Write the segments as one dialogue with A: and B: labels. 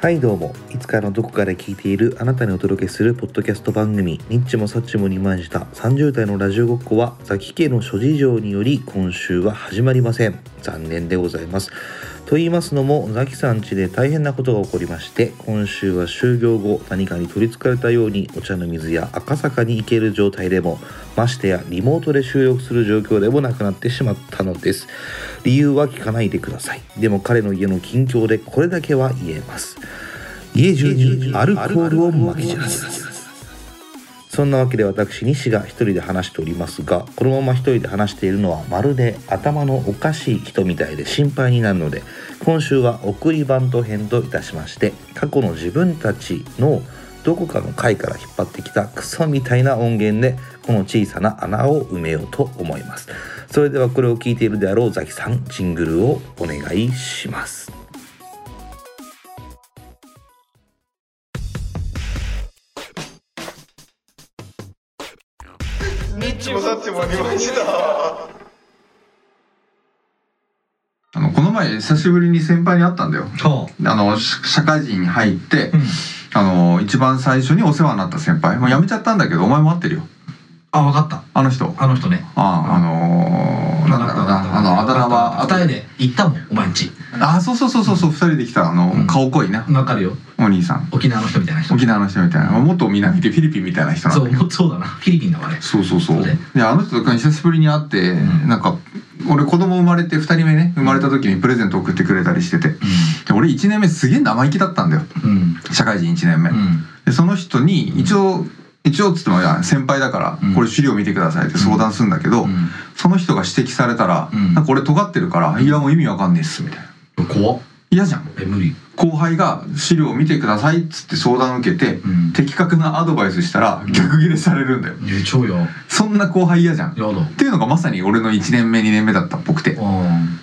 A: はいどうもいつかのどこかで聞いているあなたにお届けするポッドキャスト番組ニッチもサッチもにまんじた30代のラジオごっこはザキ家の諸事情により今週は始まりません残念でございますと言いますのもザキさん家で大変なことが起こりまして今週は終業後何かに取りつかれたようにお茶の水や赤坂に行ける状態でもましてやリモートで収録する状況でもなくなってしまったのです理由は聞かないでくださいでも彼の家の近況でこれだけは言えます家中にアルコールをまき散らすそんなわけで私西が一人で話しておりますがこのまま一人で話しているのはまるで頭のおかしい人みたいで心配になるので今週は送りバント編といたしまして過去の自分たちのどこかの回から引っ張ってきたクソみたいな音源でこの小さな穴を埋めようと思いますそれではこれを聞いているであろうザキさんジングルをお願いします
B: ニッチもサッチもありました。
C: あのこの前久しぶりに先輩に会ったんだよ
D: は
C: あのし社会人に入って、
D: あ、うん、
C: あの一番最初にお世話になった先輩もう辞めちゃったんだけどお前も会ってるよ
D: あ分かった
C: あの人あ
D: あの人ね
C: あのー、なんだろうなあのあだ名は
D: あたえで行ったもんお前んち
C: あそうそうそうそうそう二人で来たあの、
D: うん
C: 顔濃いな
D: わかるよ
C: お兄さん
D: 沖縄の人みたいな人
C: 沖縄の人みたいな元南でフィリピンみたいな人なん
D: そ
C: だ
D: う
C: けど
D: もうそうだなフィリピンだわあれ
C: そうそうそう
D: そうだよ
C: であの人とか久しぶりに会って、
D: うん
C: なんか俺子供生まれて二人目ね生まれた時にプレゼント送ってくれたりしててで俺一年目すげえ生意気だったんだよ
D: うんうん
C: 社会人一年目、
D: うん
C: でその人に一応、一応っつってもいや先輩だから、
D: うん
C: これ資料見てくださいって相談するんだけど、その人が指摘されたら、
D: うん
C: なんか俺尖ってるから「いやもう意味わかんねえっす」みたいな
D: うん怖っ
C: 嫌じゃん
D: え無理
C: 後輩が資料見てくださいっつって相談受けて、
D: うん
C: 的確なアドバイスしたら
D: うん
C: 逆切れされるんだよ、
D: え超やや
C: そんな後輩嫌じゃんっ
D: だうん
C: ていうのがまさに俺の1年目2年目だったっぽくて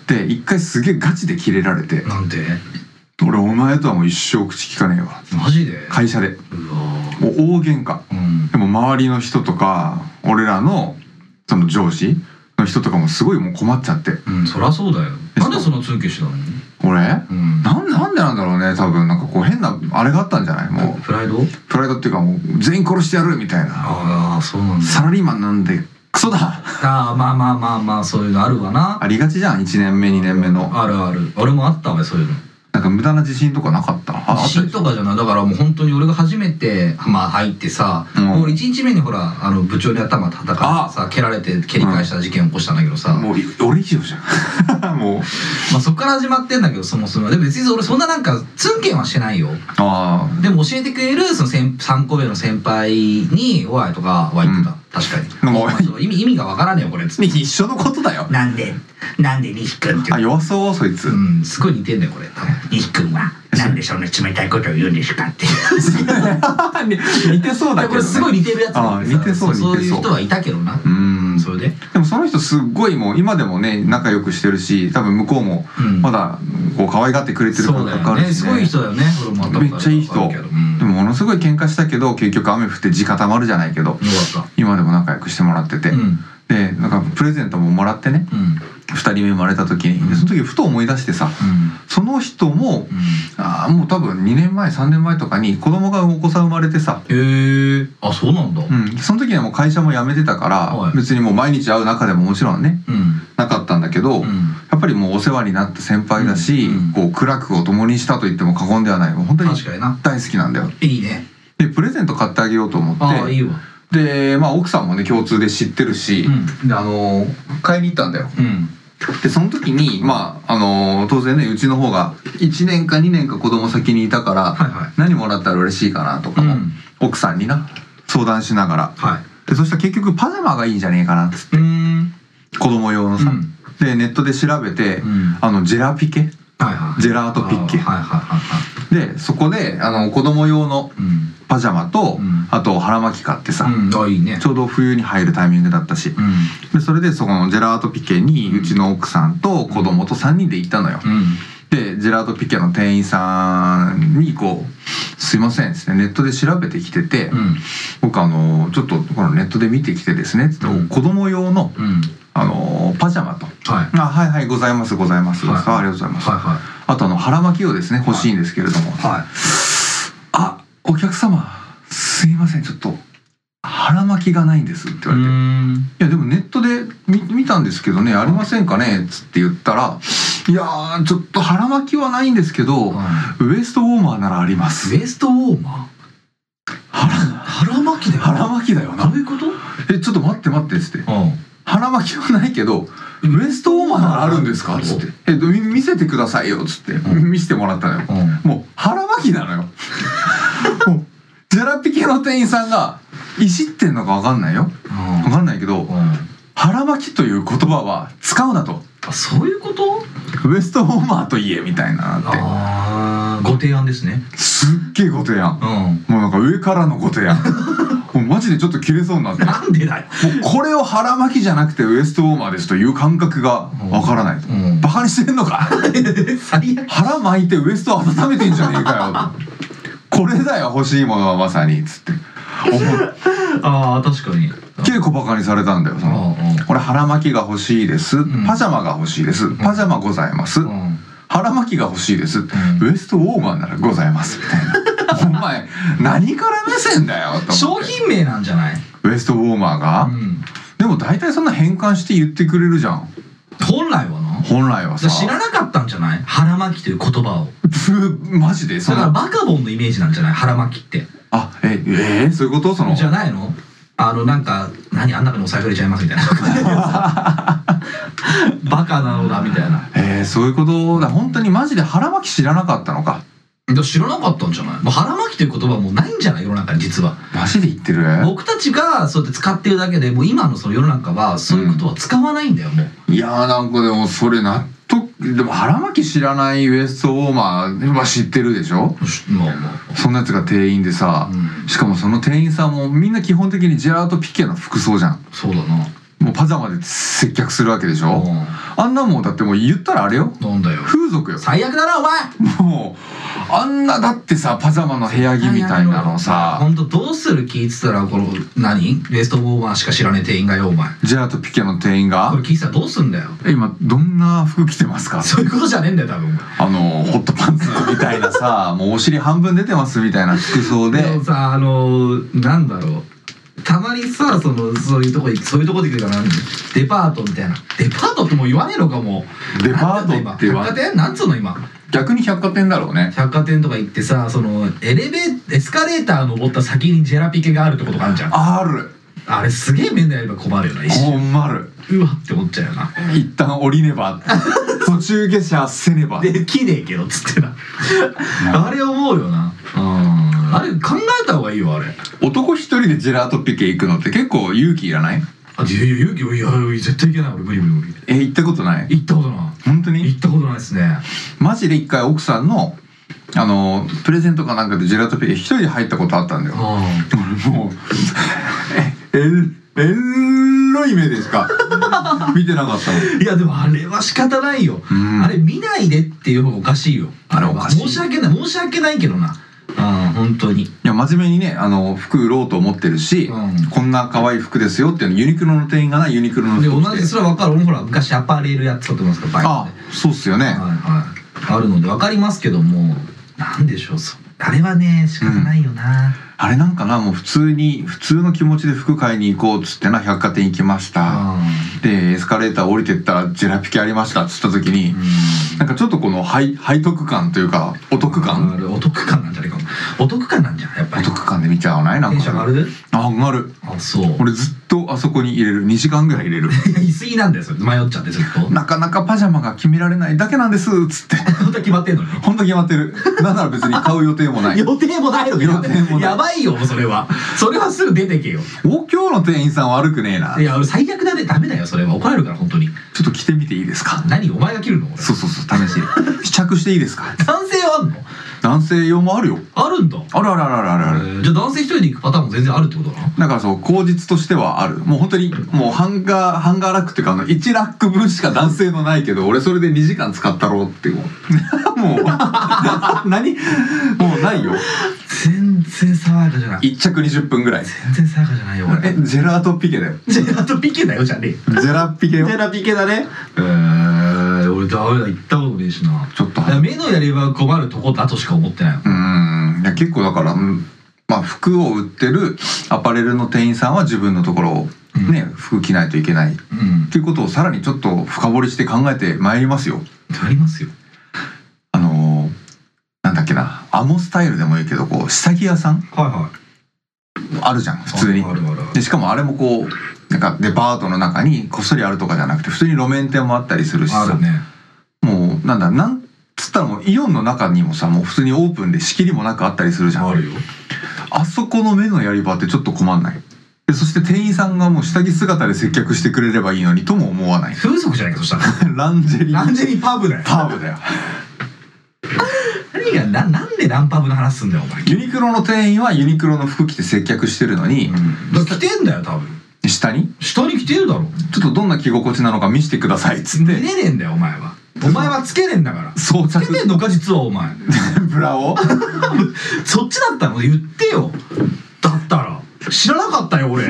C: で一回すげえガチでキレられて
D: なんで
C: 「俺お前とはもう一生口聞かねえわ
D: マジで」
C: 会社で
D: うわ
C: もう大喧嘩
D: うん
C: でも周りの人とか俺らのその上司の人とかもすごいもう困っちゃって
D: うんそりゃそうだよ
C: え
D: なんでその通勤してたの
C: 俺
D: うん
C: なんなんでなんだろうね多分なんかこう変なあれがあったんじゃないもう
D: プライド
C: プライドっていうかもう全員殺してやるみたいな
D: ああそうなんだ
C: サラリーマンなんでクソだ
D: ああまあまあまあまあそういうのあるわな
C: ありがちじゃん1年目2年目の
D: あるある俺もあったわよそういうの
C: なんか無駄な自信とかなかったああ
D: 地
C: った
D: 震
C: でしょ
D: とかじゃないだからもう本当に俺が初めて、まあ、入ってさ、
C: うん
D: もう俺1日目にほらあの部長に頭叩かれてさ蹴られて蹴り返した事件起こしたんだけどさ、ま
C: もうい俺以上じゃん もう
D: あ、そっから始まってんだけどそもそもでも別に俺そんななんかつんけんはしてないよ
C: あ
D: でも教えてくれるその先3個目の先輩に「おい」とかは言ってた、
C: うん
D: 確かに
C: なんかおい
D: まあそう意味意味がわからねえよこれつ
C: あ
D: って
C: 一緒のことだよ
D: なんでなんで西君って
C: あ弱そうそいつ、
D: うんすごい似てんだよこれ多分西君はなんでそんな冷たいことを言うんですかって
C: 似てそうだけど、ね、
D: これすごい似てるやつなんでさ
C: あー似てそう
D: そう
C: 似て
D: い
C: そう
D: う人はいたけどな
C: う、ん
D: それで、
C: でもその人すっごいもう今でもね仲良くしてるし多分向こうも
D: うん
C: まだこう可愛がってくれてる
D: そう
C: 感
D: だ
C: 覚あ
D: よ
C: る
D: ね
C: し、
D: す
C: ね
D: ごい人だよね俺も会ったことある
C: めっちゃいい
D: わ
C: 人
D: かるけどうん
C: でもものすごい喧嘩したけど結局雨降って地固まるじゃないけど
D: よかっ
C: 今でも仲良くしてもらって
D: た
C: て、
D: うん
C: でなんかプレゼントももらってね
D: うん
C: 2人目生まれた時に
D: う
C: で
D: ん
C: その時ふと思い出してさその人もあーもう多分2年前3年前とかに子供がお子さん生まれてさ
D: うんへえあそうなんだう
C: うん、その時にはもう会社も辞めてたから、
D: はい
C: 別にもう毎日会う中でももちろんね
D: ん
C: なかったんだけ
D: う
C: ど、
D: ん
C: やっぱりもうお世話になった先輩だし、
D: うん
C: こう苦楽を共にしたと言っても過言ではないもう本当に
D: 確かにな
C: 大好きなんだよ
D: いいね
C: でプレゼント買ってあげようと思
D: あ
C: っ
D: あ
C: て
D: いいわ
C: で、まあ、奥さんもね共通で知ってるし
D: う、ん
C: であの買いに行ったんだよ
D: うん
C: でその時にまああの当然ねうちの方が1年か2年か子供先にいたから、
D: はいは
C: 何もらったら嬉しいかなとか
D: い
C: も、奥さんにな相談しながら
D: はい
C: でそしたら結局パジャマがいいんじゃねえかなっつっ
D: うーん
C: て子供用の
D: う
C: さ、
D: ん
C: でネットで調べて、
D: うんはい
C: あのジェラピケ
D: はい
C: ジェラートピッケ
D: あーはいはいはいは
C: でそこであの子供用の
D: いうん
C: パジャマと、
D: うん
C: あと腹巻き買ってさ、
D: うんあいいね
C: ちょうど冬に入るタイミングだったし
D: うん
C: でそれでそこのジェラートピケに
D: うん
C: うちの奥さんと子供と3人で行ったのよ、
D: うん
C: でジェラートピケの店員さんにこう「すいません」ですねネットで調べてきてて、
D: うん
C: 僕あのちょっとこのネットで見てきてですねつって、
D: うん
C: 子供用の
D: うん
C: あのパジャマと
D: はい
C: 「あはいはいございますございます」
D: はい
C: あありがとうございます」
D: はいは
C: あとあの腹巻きをですね欲しいんですけれども、
D: は
C: あお客様すいませんちょっと腹巻きがないんですって言われて、いやでもネットで見見たんですけどねありませんかねっつって言ったらいやーちょっと腹巻きはないんですけど、
D: は
C: ウエストウォーマーならあります
D: ウエストウォーマー
C: 腹
D: 腹巻きだよ
C: 腹巻きだよ
D: ど
C: な
D: ういうこと
C: えちょっと待って待ってっつって腹巻きはないけどウエストウォーマーならあるんですかっつってえみ見せてくださいよっつって
D: う
C: 見せてもらったのよ
D: うんうん
C: もう腹巻きなのよもうジャラピケの店員さんがいじってんのか分かんないよ分かんないけど
D: うん
C: 腹巻きという言葉は使うなと
D: あそういうこと
C: ウエストウォーマーと言えみたいなのあっ
D: ああご提案ですね
C: てすっげえご提案
D: うん
C: もうなんか上からのご提案もうマジでちょっと切れそうになっても
D: なんでだよ
C: うこれを腹巻きじゃなくてウエストウォーマーですという感覚が分からないと
D: うん
C: バカにしてんのか
D: 最悪
C: 腹巻いてウエスト温めてんじゃねえかよとこれだよ欲しいものはまさにつって
D: ああ確かに
C: 稽古バカにされたんだよそのこれ腹巻きが欲しいです、
D: ん
C: パジャマが欲しいです、パジャマございます、
D: うんうん
C: 腹巻きが欲しいです、ウエストウォーマーならございますみ たいなお前何から目線だよと思って
D: 商品名なんじゃない
C: ウエストウォーマーが、
D: うん
C: でも大体そんな変換して言ってくれるじゃん
D: 本来はな
C: 本来はさ
D: 知らなかったんじゃない腹巻きという言葉を
C: ふマジでそ
D: だ
C: ん
D: から
C: な
D: バカボンのイメージなんじゃない腹巻きって
C: あええーそういうことその
D: じゃないのあのなんか何あん中にお財布入れちゃいますみ たいなバカなのだみたいな
C: えー、そういうことだ本当にマジで腹巻き知らなかったのか
D: でも知らなかったんじゃないもう腹巻きという言葉はもうないんじゃない世の中に実は
C: マジで言ってる
D: 僕たちがそうやって使ってるだけでもう今のその世の中はそういうことは使わないんだよもう、
C: いやーなんかでもそれ納得でも腹巻き知らないウエストウォーマーは知ってるでしょ
D: しもうもう
C: そんなやつが店員でさ、
D: うん
C: しかもその店員さんもみんな基本的にジェラートピケの服装じゃん
D: そうだな
C: もうパジャマで接客するわけでしょ、
D: う
C: あんなもんだってもう言ったらあれよ
D: んなんだよ
C: 風俗よ
D: 最悪だなお前
C: もうあんなだってさパジャマの部屋着みたいなのさ
D: 本当どうする聞いてたらこの何レストボーマーしか知らねえ店員がよお前
C: ジェラートピケの店員
D: こ
C: が
D: れ聞いてたらどうすんだよ
C: 「え今どんな服着てますか?」
D: そういうことじゃねえんだよ多分
C: あのホットパンツみたいなさもうお尻半分出てますみたいな服装で
D: でもさあのーなんだろうたまにさそのそういうとこ行そういうとこで行くから何デパートみたいなデパートってもう言わねえのかもう
C: デパートって言
D: 今
C: わ
D: 百貨店なんつうの今
C: 逆に百貨店だろうね
D: 百貨店とか行ってさそのエレベーエスカレーター登った先にジェラピケがあるってことがあるじゃんあ
C: ある
D: れすげえ面でやれば困るよな一瞬
C: ほんまる
D: うわって思っちゃうよな
C: 一旦降りね ば途中下車せねば
D: できねえけどっつってな あれ思うよなうんあれ考えた方がいいよあれ
C: 男一人でジェラートピケ行くのって結構勇気いらない
D: あいやいや勇気いやいや絶対いけない俺無理無理無
C: え行ったことない
D: 理行ったことない
C: 本当に
D: 行ったことないですね
C: マジで一回奥さんのあのプレゼントかなんかでジェラートピケ一人で入ったことあったんだよ
D: あ
C: 俺もう えええろい目でしか見てなかったもん
D: いやでもあれは仕方ないよ、
C: うん
D: あれ見ないでっていう方がおかしいよあれは
C: おかしい
D: 申し訳ない申し訳ないけどなうん本当に
C: いや真面目にねあの服売ろうと思ってるし、
D: うん
C: こんな可愛い服ですよっていうのユニクロの店員がなユニクロの
D: で
C: 服
D: 同
C: 着て
D: じそれは分かる俺もほら昔アパレルやってたと思うんですけどバイト
C: あそうっすよね、
D: ではいはいあるので分かりますけどもなんでしょうそうあれはね仕方ないよな、
C: あれなんかなもう普通に普通の気持ちで服買いに行こうっつってな百貨店行きました、
D: う
C: でエスカレーター降りてったらジェラピケありましたっつった時に、
D: ん
C: なんかちょっとこの背背徳感というかお得
D: あ
C: 感、
D: れお得感なんじゃないかもお得感なんじゃないやっぱ
C: お
D: り
C: 得感で見ちゃわないなん
D: テン
C: か
D: ション上がる
C: あ上がる
D: あそう
C: 俺ずっとあそこに入れる2時間ぐらい入れる
D: いや言い過ぎなんだよそれ迷っちゃってずっと
C: なかなかパジャマが決められないだけなんですっつって
D: 本当は決まってんのに
C: 本当決まってるなんなら別に買う予定もない
D: 予定もないの
C: 予定もない
D: やばいよそれはそれはすぐ出てけよ
C: お今日の店員さん悪くねえない
D: や俺最悪だねダメだよそれは怒られるから本当に
C: ちょっと着てみていいですか
D: 何お前が切るの俺
C: そうそうそう試し試着していいですか
D: 男性はあんの
C: 男性用もあるよ
D: あるんだ
C: あるあるあるあるあるある
D: じゃあ男性一人で行くパターンも全然あるってことなの
C: だからそう口実としてはあるもう本当にもうハンガーハンガーラックっていうかあの1ラック分しか男性のないけど俺それで2時間使ったろう って思うもう 何もうないよ
D: 全然爽やかじゃない
C: 1着20分ぐらい
D: 全然爽やかじゃないよ
C: え
D: 俺
C: ジェラートピケだよ
D: ジェラートピケだよじゃねえ
C: ジェラピケ
D: ジ
C: よ
D: ェラピケだね
C: えー
D: だよ俺ダメだ行ったことねえしな
C: ちょっと
D: だから目のやり場が困るとこだとしか思ってない
C: うんいや結構だから、うんまあ、服を売ってるアパレルの店員さんは自分のところを、
D: うん
C: ね服着ないといけないっ
D: うん
C: ていうことをさらにちょっと深掘りして考えてまいりますよ。
D: ありますよ
C: あのーなんだっけなアモスタイルでもいいけどこう下着屋さん
D: はいはい
C: あるじゃん普通に
D: あるあるある
C: でしかもあれもこうなんかデパートの中にこっそりあるとかじゃなくて普通に路面店もあったりするし
D: あ
C: さ
D: るね
C: もうなんだなんつったらもうイオンの中にもさもう普通にオープンで仕切りもなくあったりするじゃん
D: あるよ
C: あそこの目のやり場ってちょっと困んないでそして店員さんがもう下着姿で接客してくれればいいのにとも思わない
D: 風俗じゃないかそしたら
C: ランジェリー
D: ランジェリーパブだよ
C: パブだよ
D: 何がななんでランパブの話すんだよお前
C: ユニクロの店員はユニクロの服着て接客してるのに、
D: だから着てんだよ多分
C: 下に
D: 下に着てるだろ
C: ちょっとどんな着心地なのか見せてくださいっつっ
D: 見れ
C: て
D: ねえんだよお前はお前はつけねえんだから
C: 装
D: つけて
C: 着
D: んのか実はお前
C: ブラ を
D: そっちだったの言ってよだったら知らなかったよ俺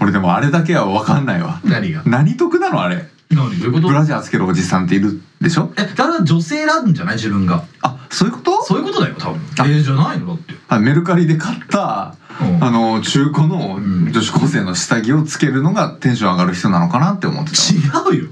C: 俺でもあれだけは分かんないわ
D: 何が
C: 何得なのあれ
D: 何どういうこと
C: ブラジャーつけるおじさんっているでしょ
D: えだから女性なんじゃない自分が
C: あそういうこと
D: そういうことだよ多分
C: あ
D: えー、じゃないのだって
C: あメルカリで買った
D: うん
C: あの中古の
D: ん
C: 女子高生の下着をつけるのがテンション上がる人なのかなって思ってた
D: 違うよ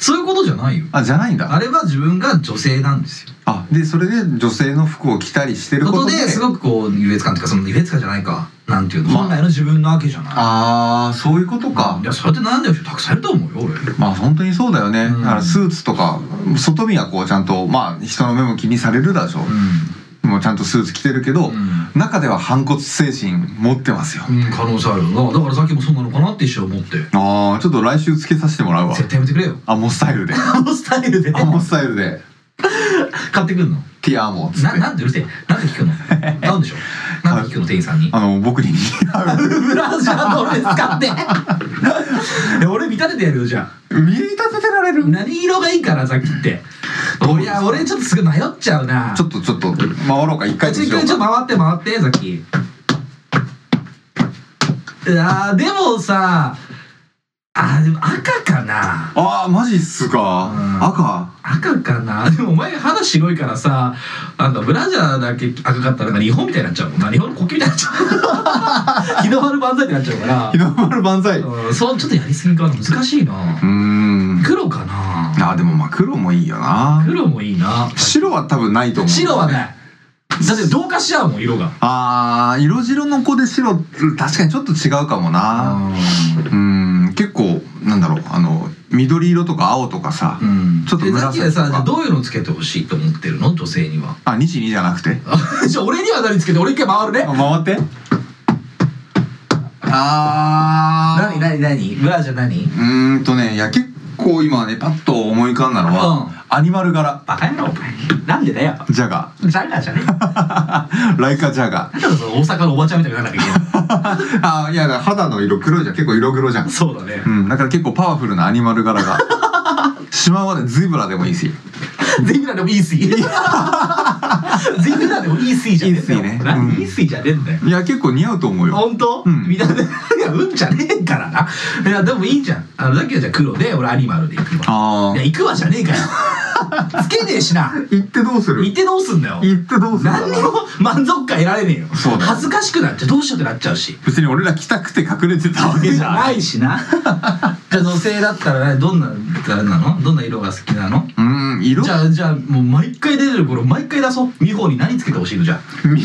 D: そういうことじゃないよ
C: あじゃないん
D: あ
C: だ
D: れは自分が女性なんですよ
C: あでそれで女性の服を着たりしてる
D: こ
C: こと
D: と
C: で
D: ですごくこう優越感というかその優越感じゃないかなんていうの
C: まあ
D: 本来の自分なわけじゃない
C: ああそういうことか
D: いやそうやって悩んでる人たくさんいると思うよ俺
C: まあ本当にそうだよね、
D: うん
C: だからスーツとか外見はこうちゃんとまあ人の目も気にされるでしょ、
D: う
C: もうちゃんとスーツ着てるけど、
D: ん
C: 中では反骨精神持ってますよ、
D: うん、可能性あるよなだからさっきもそうなのかなって一瞬思って
C: ああちょっと来週つけさせてもらうわ
D: 絶対やめてくれよ
C: アモスタ イルで
D: あのスタイルで
C: アモスタイルで
D: 買ってくんの
C: ティアーモっつっ
D: な
C: て
D: なんでうるせえなんで聞くのなんで しょうなんで聞くの店員さんに
C: あの僕に似合う
D: ブラジャーどれですかって いや俺見立ててやるよじゃあ
C: 見立ててられる
D: 何色がいいかなさっきって
C: どう
D: い
C: ですか
D: や俺ちょっとすぐ迷っちゃうな
C: ちょっとちょっと回ろうか一回
D: ちょ
C: に
D: い
C: し
D: ち
C: よ
D: ょいうちょい
C: か
D: 回って回ってさっきいやーでもさあーでも赤かな
C: ああマジっすか
D: うん
C: 赤
D: 赤かなでもお前肌白いからさなんだブラジャーだけ赤かったらなんか日本みたいになっちゃうもんな日本の国旗みたいになっち ゃう日の丸万歳ってなっちゃうから
C: 日の丸万歳う
D: うんそうちょっとやりすぎかな難しいな
C: ーん
D: 黒かな
C: あーでもまあ黒もいいよな
D: 黒もいいな
C: 白は多分ないと思う
D: 白はないだって同化しちゃうもん色が
C: あー色白の子で白確かにちょっと違うかもなうん結構なんだろうあの緑色とか青とかさ、
D: うん
C: ちょっと
D: で
C: 紫
D: さっきはさ
C: と
D: じ
C: か
D: ゃあどういうのつけてほしいと思ってるの女性には
C: あ2時2じゃなくて
D: じゃあ俺には何つけて俺一回回るね
C: 回ってあ
D: 何
C: ー
D: 何何ブラジャー何
C: うーんとねいや結構今ねパッと思い浮かんだのは、
D: うん
C: アニマル柄
D: バカ野郎お前なんでだよ
C: ジャガ
D: ジャガーじゃねえ
C: ーライカジャガー
D: なんだろうその大阪のおばちゃんみたいにならなきゃいけない
C: あーいやだから肌の色黒いじゃん結構色黒じゃん
D: そうだね
C: うんだから結構パワフルなアニマル柄 がシマウマでズイブラでもいいし
D: ゼミラでもいいし ゼミラでもいいしじゃねえんだよ
C: いいしね
D: 何
C: うん
D: いいしじゃねえんだよ
C: いや結構似合うと思うよ
D: 本当、
C: うん
D: みんなでいやうんじゃねえからないやでもいいじゃんあのだけどじゃあ黒で俺アニマルで行くわ
C: あ
D: いや
C: あ
D: 行くわじゃねえからよつけねえしな
C: 行ってどうする
D: 行ってどうすんだよ
C: 行ってどうす る
D: 何にも満足感得られねえよ
C: そうだよ
D: 恥ずかしくなっちゃうどうしようってなっちゃうし
C: 別に俺ら来たくて隠れてたわけじゃ ない
D: いしな じゃあ女性だったらねどんな誰なのどんな色が好きなの
C: うーん色
D: じゃあじゃあもう毎回出てる頃毎回出そう美穂に何つけてほしいのじゃ
C: み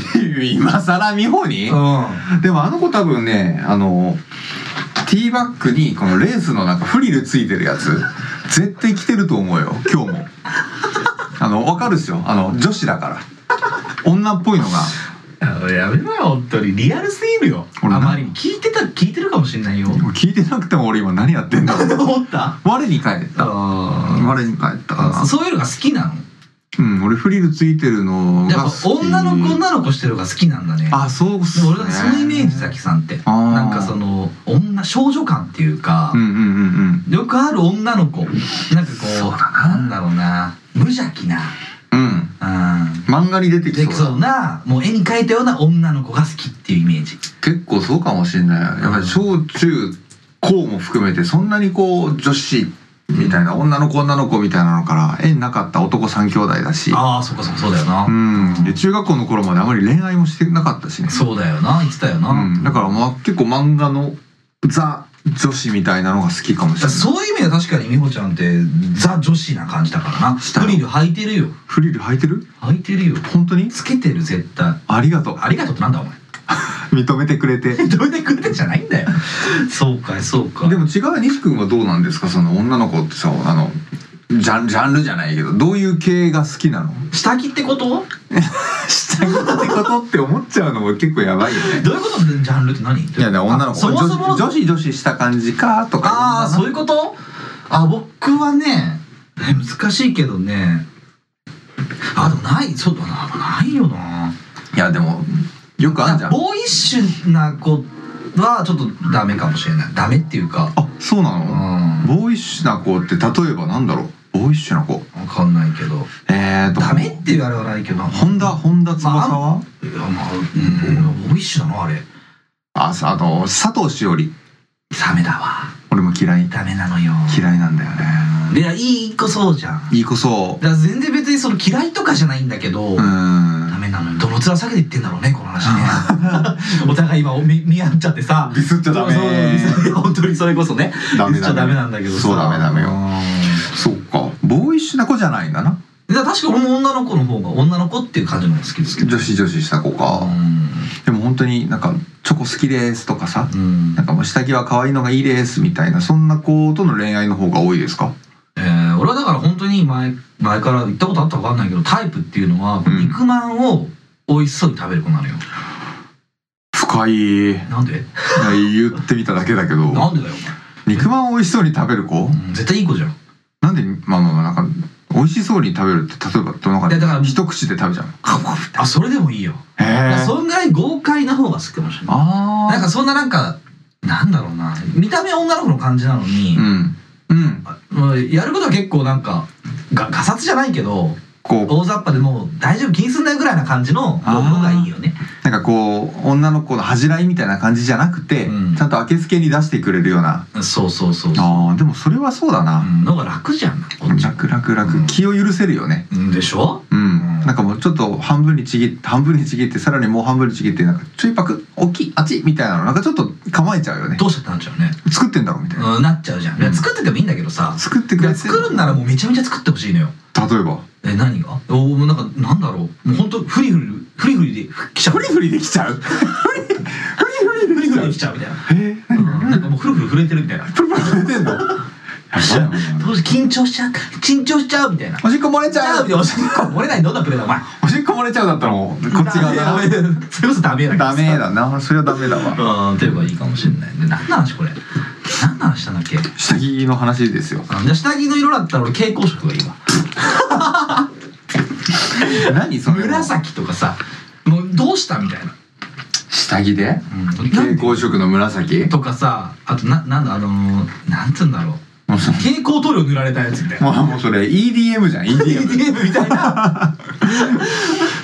C: 今更美穂に
D: あ
C: でもあの子多分ねあのティーバッグにこのレースのなんかフリルついてるやつ絶対着てると思うよ今日も あの分かるっすよあの女子だから女っぽいのが
D: うんやめろよ本当にリアルすぎるよあ
C: 俺な
D: まりに聞いてた聞いてるかもしれないよ
C: もう聞いてなくても俺今何やってんだろ う
D: 思った
C: 我に返った
D: あ
C: 我に返ったかな
D: あそういうのが好きなの
C: うん俺フリルついてるの
D: や
C: が
D: っ
C: 好
D: ぱ
C: き
D: 女の子女の子してる方が好きなんだね
C: あそうっ
D: ですも
C: ね
D: 俺はそのイメージザキさんって
C: あー
D: なんかその女少女感っていうか、
C: うんうんうんうん
D: よくある女の子なんかこう
C: そうだ
D: な
C: なん
D: だろうな無邪気な
C: うん
D: うん
C: 漫画に出てき
D: で
C: そ
D: き
C: うだ
D: そうなもう絵に描いたような女の子が好きっていうイメージ
C: 結構そうかもしれないやっぱり小中高も含めてそんなにこう女子みたいな、女の子女の子みたいなのから縁なかった男三兄弟だし
D: ああそっかそっかそうだよな、
C: うんで中学校の頃まであまり恋愛もしてなかったしね
D: そうだよな言ってたよな、
C: うん、だからまあ結構漫画のザ女子みたいなのが好きかもしれない
D: そういう意味では確かに美穂ちゃんってザ女子な感じだからな
C: した
D: フリル履いてるよ
C: フリル履いてる
D: 履いてるよ
C: 本当に
D: つけてる絶対
C: ありがとう
D: ありがとうってなんだお前
C: 認めてくれて
D: どうでくれてんじゃないん だよそうかいそうか
C: でも違う西君はどうなんですかその女の子ってさあのジャンジャンルじゃないけどどういう系が好きな の
D: 下着ってことど
C: 下着ってことって思っちゃうのも結構やばいよね
D: ういうことジャンルって何
C: いやね女の
D: あ
C: 子
D: そもそもの
C: 女女子女子した感じかとか
D: ああそう
C: う
D: いうことあ僕はねえ難しいけどねあでもないそうだなないよない
C: やでもよくあんじゃん
D: ボーイッシュな子はちょっとダメかもしれないダメっていうか
C: あそうな
D: う
C: の、
D: ん
C: ボーイッシュな子って例えばなんだろうボーイッシュな子
D: 分かんないけど
C: えーと
D: ダメっていうあれはないけど
C: 本田本田翼は、
D: いやまあうんボーイッシュだなあれ
C: あ、あ、あの佐藤しおり
D: ダメだわ
C: 俺も嫌い
D: ダメなのよ
C: 嫌いなんだよね
D: いやいい子そうじゃん
C: いいこそ
D: だから全然別にその嫌いとかじゃないんだけど、
C: うー
D: ダ
C: ん
D: メなのよどの面下げて言ってんだろうねこの話ね お互い今見見合っちゃってさ
C: ディスっちゃダメ
D: そうそうい や本当にそれこそね
C: ダメ
D: ディスっちゃダメなんだけどさ
C: そうダメダメよ
D: うん
C: そうかボーイッシュな子じゃないんだな
D: だから確か俺も女の子の方が女の子っていう感じの方が好きですけど
C: 女子女子した子
D: う
C: か
D: ん
C: でも本当になんかチョコ好きですとかさ
D: うん
C: なんかもう下着は可愛いのがいいですみたいなそんな子との恋愛の方が多いですか
D: えー俺はだから本当に前前から言ったことあったかわかんないけどタイプっていうのは、
C: ん
D: 肉まんを美味しそうに食べる子なのよ
C: 深いいや
D: なんで
C: 言ってみただけだけど
D: なんでだよ
C: 肉まんを美味しそうに食べる子
D: お前、うん絶対いい子じゃん
C: なんでまあまあまあなんか美味しそうに食べるって例えばどの
D: いやだか
C: 中
D: ら
C: で一口で食べちゃうの
D: あそれでもいいよ
C: へえ
D: そんぐらい豪快な方が好きかもしれない
C: あ
D: なんかそんななんかなんだろうな見た目女の子の感じなのに
C: う、んうん
D: あもうやることは結構なんかががさつじゃないけど
C: こう
D: 大雑把でもう大丈夫気にすんなよぐらいな感じの
C: あー
D: 方がいいよね
C: なんかこう女の子の恥じらいみたいな感じじゃなくて、
D: うん
C: ちゃんと明け付けに出してくれるような
D: そうそうそうそう
C: あーでもそれはそうだ
D: う
C: な、
D: んのが楽じゃんこっち
C: 楽楽楽、
D: うん
C: 気を許せるよね
D: うんでしょ
C: うん、
D: うん
C: なんかもうちょっと半分にちぎって半分にちぎってさらにもう半分にちぎってなんかちょいパク大きいあっちみたいなのなんかちょっと構えちゃうよね
D: どうしたってなっちゃうね、
C: 作ってんだろみたいな、
D: うん、なっちゃうじゃん、いや
C: うん
D: 作っててもいいんだけどさ
C: 作って
D: い
C: くれ
D: や
C: て
D: 作るんならもうめちゃめちゃ作ってほしいのよ
C: 例えば
D: え何がおおなんかなんだろうもうほんとフリフリフリフリで来ちゃう
C: フリフリできちゃうフリフリ
D: フ
C: で
D: リフ
C: きちゃ
D: リ
C: う
D: できちゃうみたいな
C: えー、何
D: うんなんかもうフルフル震えてるみたいな。
C: プルプル触れてんのやばいな
D: どうし緊張しちゃう、緊張しちゃうみたいな。
C: おしっこ漏れち
D: じゃ
C: ゃ
D: あ、
C: う
D: みたいな。漏れないどんなプレーだ、お前。こ
C: おしっこ漏れちゃうだったらもうこっち側だな
D: それこそダメだ。
C: ダメ。だなそれはダメだわ
D: うん、というかいいかもしれない。で、何の話これ。何の話したんだっけ。
C: 下着の話で すよ
D: あじゃあ下着の色だったら俺蛍光色がいいわ。
C: 何それ
D: 紫とかさ、もうどうしたみたいな。
C: 下着で
D: うん
C: 蛍光色の紫
D: とかさ、あとななんだあのーなんつうんだろう。
C: もうそ
D: 蛍光塗料塗られたやつみたいな。
C: もうもうそれ EDM じゃん EDM
D: EDM みたいな。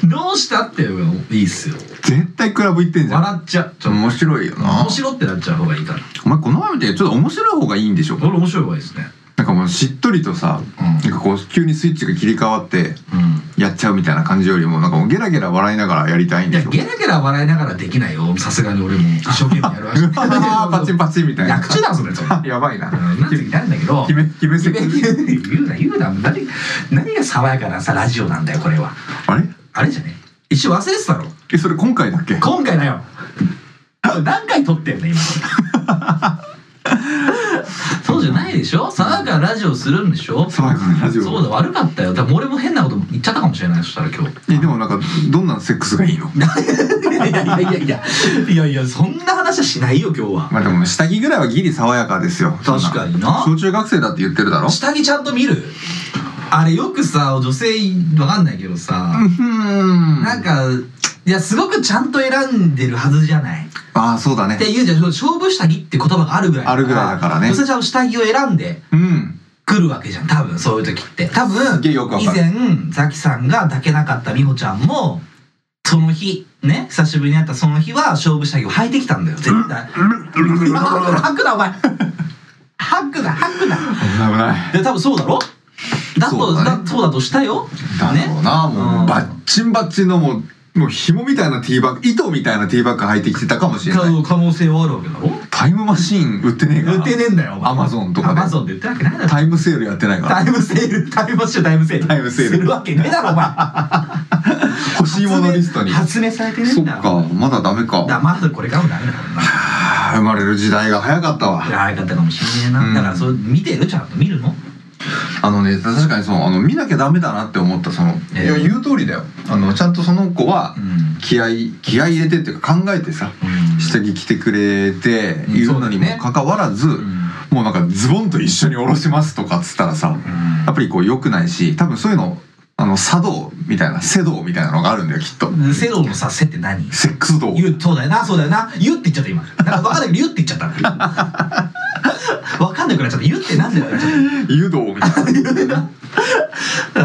D: どうしたっていうのいいっすよ。
C: 絶対クラブ行ってんじゃん
D: 笑っちゃう。ちょっと
C: 面白いよな
D: 面白ってなっちゃう方がいいから
C: お前この前みたいにちょっと面白い方がいいんでしょ
D: 俺面白い方がいいですね
C: なんかもうしっとりとさなんかこう急にスイッチが切り替わって
D: うん、
C: やっちゃうみたいな感じよりもなんかもうゲラゲラ笑いながらやりたいん
D: い
C: で
D: や
C: しょ
D: ゲラゲラ笑いながらできないよさすがに俺も一生懸命やるわ
C: あ ーパチン
D: パ
C: パチンみたいな
D: 役中だぞそ れそれ
C: あやばいな
D: なんて言ったんだけど
C: 決め決めせ
D: 決め言うな言うな何何が爽やかなさラジオなんだよこれは
C: あれ
D: あれじゃね一瞬忘れてたろ
C: えそれ今回だっけ
D: 今回だよ何回撮ってんの今そうじゃないでしょ爽やかなラジオするんでしょ
C: 爽やかなラジオ
D: そうだ悪かったよでも俺も変なこと言っちゃったかもしれないそしたら今日
C: えでもなんかどんなセックス がいいの
D: いやいやいやいやいやいやそんな話はしないよ今日は
C: まあでも下着ぐらいはギリ爽やかですよ
D: 確かにな
C: 小中学生だって言ってるだろ
D: 下着ちゃんと見るあれよくさ女性わかんないけどさ、
C: ん
D: なんかいやすごくちゃんと選んでるはずじゃないっ
C: ああそうだね
D: ていうじゃん勝負下着って言葉があるぐらいだから
C: あるぐらいだからね
D: 女性ちゃんと下着を選んで
C: うん
D: 来るわけじゃん多分そういう時って多分
C: げえよくわ
D: 以
C: かる
D: 前ザキさんが抱けなかった美穂ちゃんもその日ね久しぶりに会ったそ の日は勝負下着を履いてきたんだよ絶対。楽だお前ハックだハックだ
C: 危ない危ない。
D: で多分そうだろだと
C: そうだね
D: だそうだとしたよ
C: だろうな、
D: ね
C: も
D: うん
C: うバッチンバッチンのもう、もう紐みたいなティーバッグ、糸みたいなティーバッグ履いてきてたかもしれない。
D: 可能性はあるわけだろ
C: タイムマシーン売ってねえから。
D: 売ってねえんだよお前
C: Amazon とか
D: ア
C: で
D: マゾンで売ってるわけないだろ
C: タイムセールやってないから
D: タ。イムセールタイムセールタイムセール
C: タイムセール
D: するわけねえだろお前
C: 欲しいものリストに。
D: 発明されてねえ
C: そ
D: ん
C: っ
D: だよ
C: か、まだダメか。
D: だまだこれからもダメだからな
C: あー生まれる時代が早かったわ。
D: 早かったかもしれねえな、
C: うん
D: だからそれ見てるちゃんと見るの
C: あのね、確かにその、あの、見なきゃダメだなって思った、その、
D: ええ
C: いや言う通りだよ。あの、ちゃんとその子は
D: う、ん
C: 気合い、気合い入れてっていうか考えてさ、下着着てくれて
D: うん
C: いるのに
D: そうだよ
C: も
D: ね
C: かかわら
D: う
C: ず、
D: ん
C: もうなんかズボンと一緒に下ろしますとかっつったらさ、やっぱりこう良くないし多分そういうのあの茶道みたいな世道みたいなのがあるんだよきっと、
D: うんセロのさせって何
C: セックス道
D: 言うそうだよなそうだよな言うって言っちゃった今なんか分かんないけど言うって言っちゃった 分かんなくなっちゃった言うってなんだよ
C: 湯道みたいな
D: だか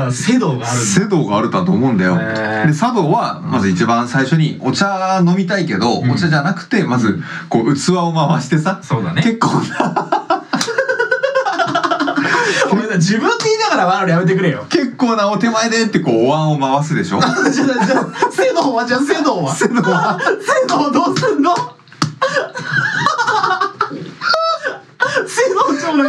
D: らセドがあるんだ
C: 世道があるだと思うんだよ、
D: へー
C: で茶道はまず一番最初にお茶飲みたいけど、
D: うん
C: お茶じゃなくてまずこう器を回してさ、
D: そうだね
C: 結構な
D: ごめんな自分で言いながら笑うのやめてくれよ
C: 結構なお手前でってこうお椀を回すでしょ
D: じゃあじゃあセドはじゃあセドはセ
C: 世道は
D: ドはどうすんのセドちょうだい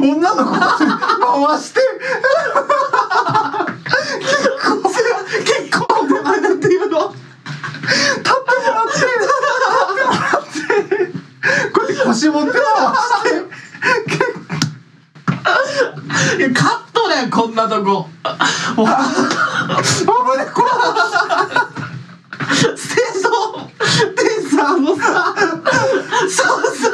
C: 女の子が回して
D: 結構であれだっていうの
C: こうやって腰持って回して。
D: いやカットだよこんなとこ
C: 危ねこ
D: セドでさあのさそうさ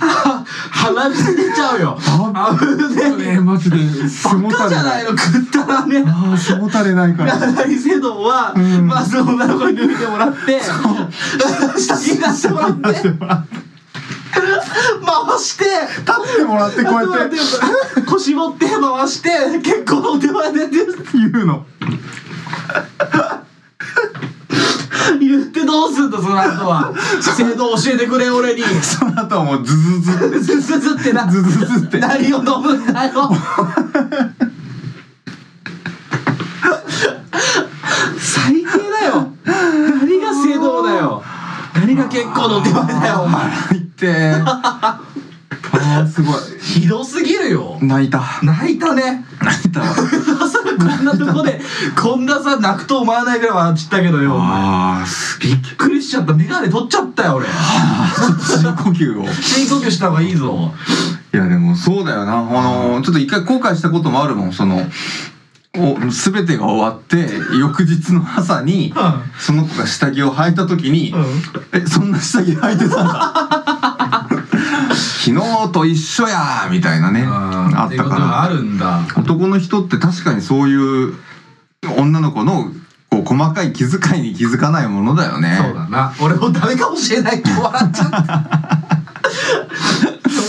D: は鼻水出ちゃうよ
C: あ
D: 危ねえ
C: ねマジで背
D: バカじゃないの食ったらね
C: ああ背もたれないか
D: 長
C: ら
D: いセドンは、
C: うん
D: まず女の子に脱いでもらって下着出してもらって
C: 立っ
D: 回して
C: てもらってこうやって
D: 腰持って回して結構お手前でって
C: 言うの
D: 言ってどうすんだその後はセドン教えてくれ俺に
C: その後はもうズズズって
D: ズズズってな
C: ズズズって
D: 何を飲むんだよ最低だよ何が正道だよ何が結構の手前だよお前
C: 入って ああすごい
D: ひどすぎるよ
C: 泣いた
D: 泣いたね
C: 泣いた
D: まさかこんなとこでこんなさ泣くと思わないぐらい笑っちゃったけどよお前
C: ああす
D: びっくりしちゃった眼鏡取っちゃったよ俺
C: 深呼吸を
D: 深呼吸した方がいいぞ
C: いやでもそうだよなあのーちょっと一回後悔したこともあるもんそのお全てが終わって翌日の朝に
D: う
C: その子が下着を履いた時に、えそんな下着履いてたんだ 昨日と一緒やみたいなねあ
D: あ
C: っ
D: って
C: た
D: ことがあ
C: か
D: るんだ
C: ら男の人って確かにそういう女の子のこう細かい気遣いに気づかないものだよね
D: そうだな俺もダメかもしれないって笑っちゃった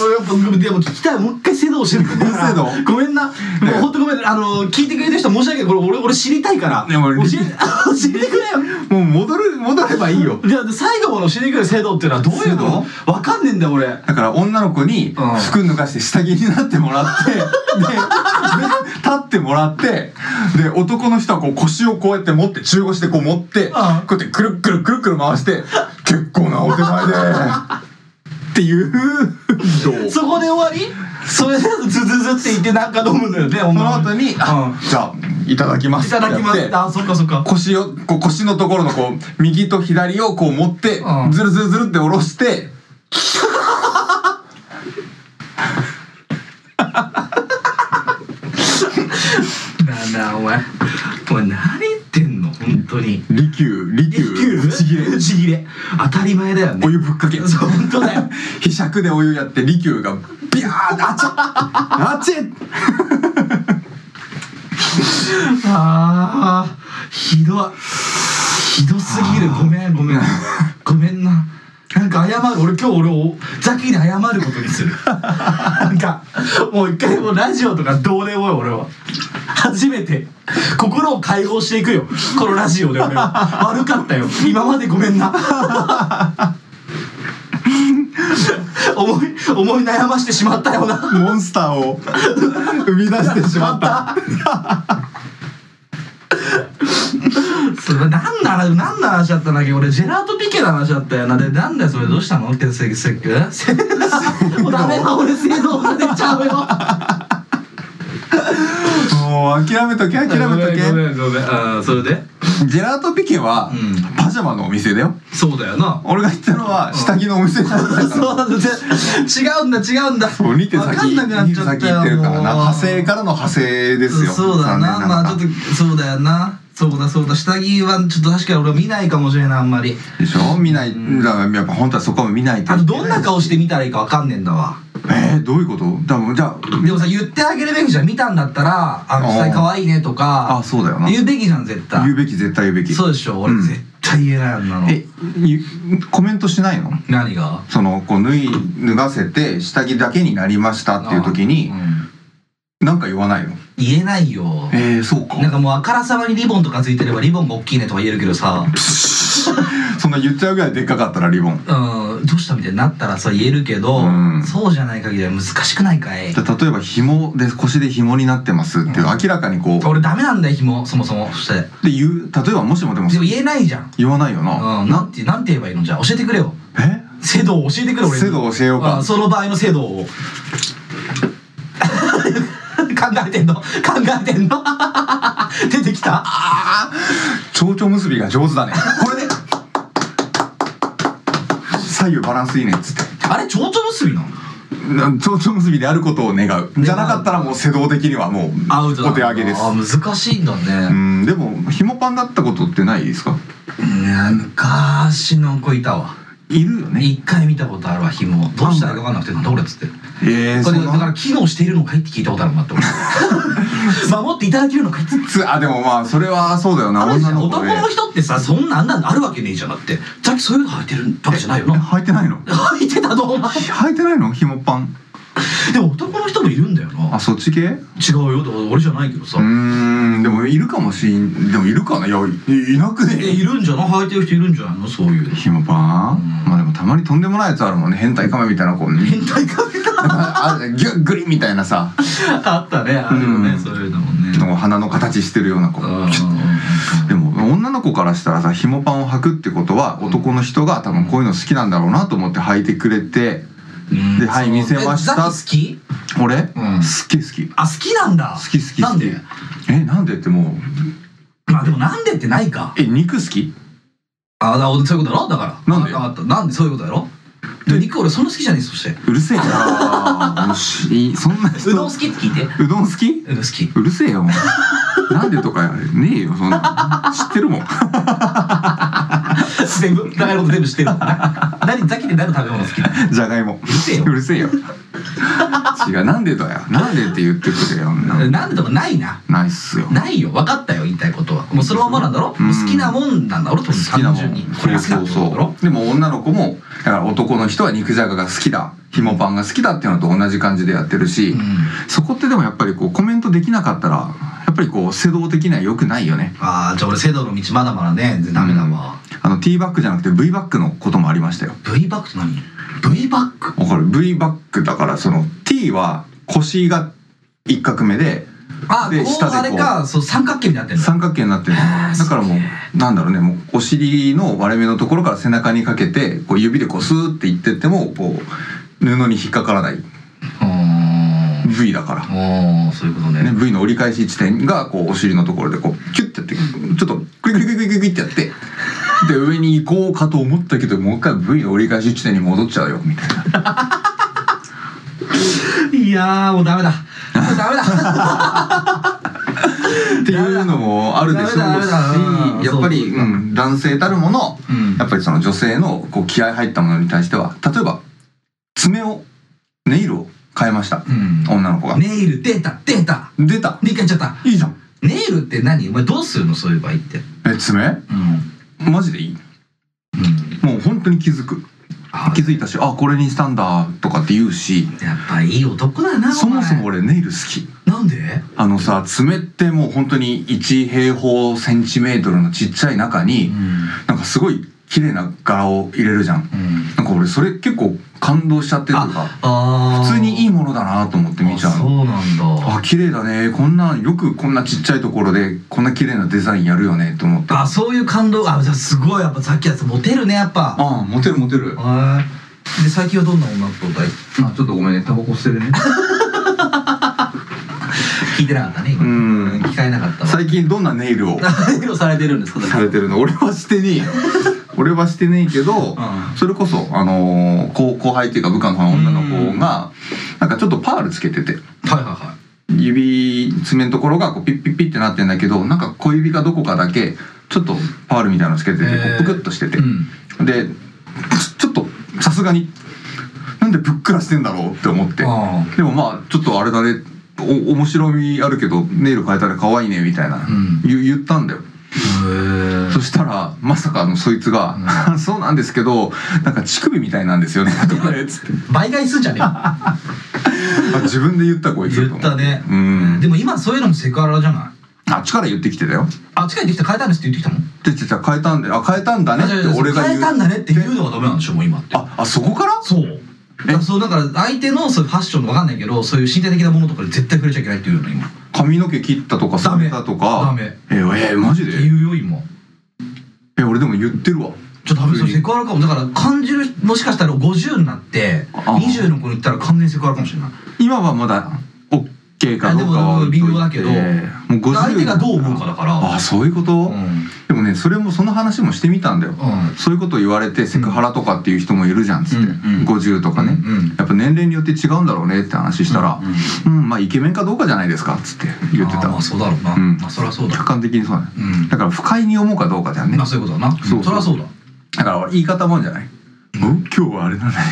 D: 俺やっぱでも聞きたいもう一回制度教えてくれ
C: 制度
D: ごめんなもう本当ごめんあの聞いてくれてる人申し訳ないこれ俺俺知りたいから
C: ね俺
D: 教え 教えてくれよ
C: もう戻る戻ればいいよ
D: じゃあ最後の教えてくれ制度っていうのはどういうのわかんねえんだよ俺
C: だから女の子に
D: うん
C: 服脱がして下着になってもらって、で、立ってもらって、で、男の人はこう腰をこうやって持って、中腰でこう持って、こうやってくるっくるくるっくる回して、結構なお手前で、っていう、どう
D: そこで終わりそれでズズズって言ってなんか飲むのよねそ
C: その後に、あ
D: う
C: じゃあ、いただきま
D: い
C: す
D: ただきま
C: ってや
D: す
C: って
D: あそっかそっか
C: 腰を、こう腰のところのこう、右と左をこう持って
D: う、ん
C: ずるずるずるって下ろして、
D: なんだお前お前何言ってんの本当に
C: 利休、利休、
D: ぶ
C: ぶち
D: ち
C: 切
D: 切
C: れ
D: れ。ちぎれ当たり前だよね
C: お湯ぶっかけ。
D: そう本当だよ
C: ひしゃくでお湯やって利休がビャーってあちゃあちゃ
D: あーひどいひどすぎるごめんごめんごめんななんか謝謝る俺今日俺をザキに謝ることにするなんかもう一回もうラジオとかどうでもよ俺は初めて心を解放していくよこのラジオで俺は悪かったよ今までごめんな思い思い悩ましてしまったよな
C: モンスターを生み出してし まった
D: それなんならなんな話だったんだっけ俺ジェラートピケの話だったよなでなんだよそれどうしたのってせっせっせもうダメだ俺正動が出ちゃうよ
C: もう諦めとけ諦めと
D: ご
C: け
D: めんごめんごめんあーそれで
C: ジェラートピケは、
D: うん
C: パジャマのお店だよ
D: そうだよな
C: 俺が行ったのは下着のお店なんだから
D: そうなんだ違うんだ違うんだ
C: そう二手先
D: 分かんなくなっちゃったよ
C: 二手先行ってるから
D: も
C: な
D: う
C: 派生からの派生ですよ
D: そうだな
C: 残念
D: まあ
C: が
D: ち
C: ら
D: ょっとそうだよなそうだそうだ下着はちょっと確かに俺見ないかもしれないあんまり
C: でしょ見ない、だからやっぱ本当はそこも見ないと
D: あとどんな顔して見たらいいか分かんねえんだわ
C: えー、どういうことだからじゃあ
D: でもさ言ってあげるべきじゃん見たんだったら「あの
C: あー
D: 下着可愛いね」とか
C: あそうだよな
D: 言うべきじゃん絶対
C: 言うべき絶対言うべき
D: そうでしょ俺
C: うん
D: 絶対言えないあんなの
C: えゆコメントしないの
D: 何が
C: そのこう脱い脱がせて下着だけになりましたっていう時に
D: うん
C: なんか言わないの
D: 言えないよ
C: えー、そうか
D: なんかもうあからさまにリボンとかついてればリボンが大きいねとか言えるけどさ
C: そんな言っちゃうぐらいでっかかったらリボン
D: うんどうしたみたいになったらさ言えるけど、
C: うん
D: そうじゃない限りは難しくないかい
C: じゃあ例えば紐で腰で紐になってますっていう明らかにこう
D: 俺ダメなんだよ紐そもそもそして
C: で言う例えばもしもでも
D: でも言えないじゃん、
C: 言わないよな、
D: うん、なんてなんて言えばいいのじゃあ教えてくれよ
C: え
D: 制度を教えてくれ俺に
C: 制度教えよう
D: あ
C: か
D: その場合の制度を 考えてんの考えてんの 出てきた
C: 蝶々結びが上手だねこれで左右バランスいいねっつって
D: あれ蝶々結びなの
C: な蝶々結びであることを願うじゃなかったらもう世道的にはもう
D: アウトだ
C: お手上げです
D: あ難しいんだ
C: う
D: ね、
C: んでもひもパンだったことってないです
D: い
C: か
D: や昔の子いたわ
C: いるよね
D: 一回見たことあるわ紐どうしたらいいか分かんなくてなんだこれっつって
C: ええ
D: そ
C: そ
D: れ
C: う
D: だか
C: な
D: ら機能しているのかいって聞いたことあるなって思って 守っていただけるのかいっつって
C: つあでもまあそれはそうだよな
D: あるじゃ
C: 女
D: ん
C: の子
D: 男
C: で
D: の人ってさそんなあんなのあるわけねえじゃなくてさっきそういうの履いてるわけじゃないよ
C: え
D: な
C: 履いてないの
D: 履いてたのお前
C: 履いてないのひもパン
D: でも男の人もいるんだよな
C: あそっち系う
D: 違うよと俺じゃないけどさ、
C: ーんでもいるかもしんでもいるかないやいいなく
D: え
C: ね
D: いるんじゃない履いてる人いるんじゃないのそういう
C: ひもパンまあでもたまにとんでもないやつあるもんね変態カメみたいなこ う
D: 変態感が
C: あギュッグリみたいなさ
D: あったねあるよね、
C: うん
D: そういうのもね
C: の鼻の形してるような子でも女の子からしたらさひもパンを履くってことは男の人が多分こういうの好きなんだろうなと思って履いてくれて
D: うん
C: ではい見せました
D: えザキ好き
C: 俺、
D: ん
C: すっげえ好き好
D: あ好きなんだ
C: き好き好
D: な
C: き
D: んで
C: えなんでってもう
D: まあでもなんでってないか
C: え肉好き
D: あだそういうことだろだから
C: なんで
D: わかったなんでそういうことだろで肉俺そんな好きじゃねえそして
C: うるせえなもうしそんな人
D: うどん好きって聞いて
C: うどん好き
D: うん好き
C: うるせえよもうなんでとかねえよそんな知ってるもん
D: 全部長いこと全部知ってるもんね 何ザキって何の食べ物好きなの
C: じゃがいも
D: うるせえよ
C: うるせえよ違うなんでだよなんでって言ってくれ よな
D: なんでとかないな
C: ないっすよ
D: ないよ分かったよ言いたいことはもうそのままなんだろ、
C: うん
D: もう好きなもんなんだろと
C: 好き
D: 単
C: なも
D: 純
C: ん
D: にこれが好きなもんなんだろ
C: でも女の子もだから男の人は肉じゃがが好きだひもパンが好きだっていうのと同じ感じでやってるし、
D: うん
C: そこってでもやっぱりこうコメントできなかったらやっぱりこう世道的には良くないよね
D: ああじゃあ俺制度の道まだまだね全然ダメだわ、
C: あの T バックじゃなくて V バックのこともありましたよ
D: V バックって何 ?V バック
C: わかる V バックだからその T は腰が一画目で
D: あ
C: で
D: こう
C: 下でこう
D: あれかそう三角形になってるの
C: 三角形になってるの
D: へー
C: だからも
D: すげ
C: うなんだろうねもうお尻の割れ目のところから背中にかけてこう指でこうスーっていってってもこう布に引っかからないう
D: ーん
C: V だから。
D: おーそういうことね
C: ね、V の折り返し地点がこうお尻のところでこうキュッてやってちょっとクリクリクリクリクリってやってで上に行こうかと思ったけどもう一回 V の折り返し地点に戻っちゃうよみたいない
D: やーもうダ メだもうダメだ
C: っていうのもあるでしょうし
D: ダメだダメだ
C: やっぱり、
D: そう
C: うん、男性たるもの
D: うん
C: やっぱりその女性のこう気合入ったものに対しては例えば爪をネイルを変えました
D: うん
C: 女の子が、
D: ネイル出た出た
C: 出た
D: で一回やっちゃった
C: いいじゃん
D: ネイルって何お前どうするのそういう場合って
C: え爪
D: うん
C: マジでいい
D: うん
C: もう本当に気づく気づいたしあこれにしたんだとかって言うし
D: やっぱいい男だな
C: そもそも
D: お
C: 俺ネイル好き
D: 前なんで
C: あのさ爪ってもう本当に1平方センチメートルのちっちゃい中になんかすごい綺麗な柄を入れるじゃんなんか俺それ結構感動しちゃってとか
D: あ
C: 普通にいい
D: も
C: ものだなと思って見ちゃう
D: そう
C: の
D: なんだ
C: あ綺麗だねこんなよくこんなちっちゃいところでこんな綺麗なデザインやるよねと思った
D: あそういう感動あじゃあすごいやっぱさっきやつモテるねやっぱ
C: ああモテるモテる
D: へえで最近はどんな女の子と
E: あちょっとごめんねタバコ捨てるね
D: 聞いてなかったね
C: う
D: 今
C: ん
D: 聞かれなかったわ
C: 最近どんなネイルを
D: 何をされてるんですか
C: されてるの俺はして ねえよ俺はしてねえけど、
D: ん
C: それこそ、あのー後後輩っていうか部下の女の子が、なんかちょっとパールつけてて
D: はいはいは
C: 指爪のところがこうピッピッピッってなってんだけどなんか小指かどこかだけちょっとパールみたいなのつけてて、
D: へー
C: こうプクッとしてて、
D: うん
C: でちょちょっとさすがになんでぷっくらしてんだろうって思って
D: あ
C: でもまあちょっとあれだねお面白みあるけどネイル変えたら可愛いねみたいな、
D: ん
C: 言言ったんだよ
D: へ
C: そしたらまさかのそいつが「 そうなんですけどなんか乳首みたいなんで すよね」とかねつって
D: え倍買すんじゃね
C: あ自分で言ったこ
D: え
C: いつ
D: 言ったね
C: と思ってうん
D: でも今そういうのもセクハラじゃない
C: あっちから言ってきてたよ
D: あ近いできた変えたんですって言ってきたもん
C: でてた変えたんであ変えたんだねって俺が
D: 変え
C: 言う
D: たんだねって言うのがダメなんでしょもう今って
C: ああそこから
D: そう
C: え
D: そうだから相手のそういうファッションのわかんないけどそういう身体的なものとかで絶対触れちゃいけないっていうの今っ
C: 髪の毛切ったとか
D: ダ
C: 染
D: メ
C: めたとか
D: ダメ
C: ええマジ
D: て
C: で
D: いうよ今
C: え俺でも言ってるわ
D: ちょっと多分それ
C: 急
D: セ
C: に
D: クハラかもだから感じるもしかしたら50になって
C: ああ
D: 20の子に行ったら完全にセクハラかもしれない
C: 今はまだ OK かどうかは
D: でも微妙だけど
C: もう50
D: 相手がどう思うかだから
C: あそういうこと、
D: うん
C: でもねそれもその話もしてみたんだよ、
D: うん
C: そういうこと言われてセクハラとかっていう人もいるじゃんっつって、
D: うんうん
C: 50とかね、
D: うんうん
C: やっぱ年齢によって違うんだろうねって話したら「うん、まあイケメンかどうかじゃないですか」っつって言って
D: ああ
C: た
D: まあそうだろうな、
C: うん
D: まあそりゃそうだ
C: 客観的にそうだね
D: うん
C: だから不快に思うかどうかじゃんね
D: まあそういうことだな
C: そうそう
D: りゃそうだ
C: だから俺言い方もんじゃない、うん、今日はあれなんだね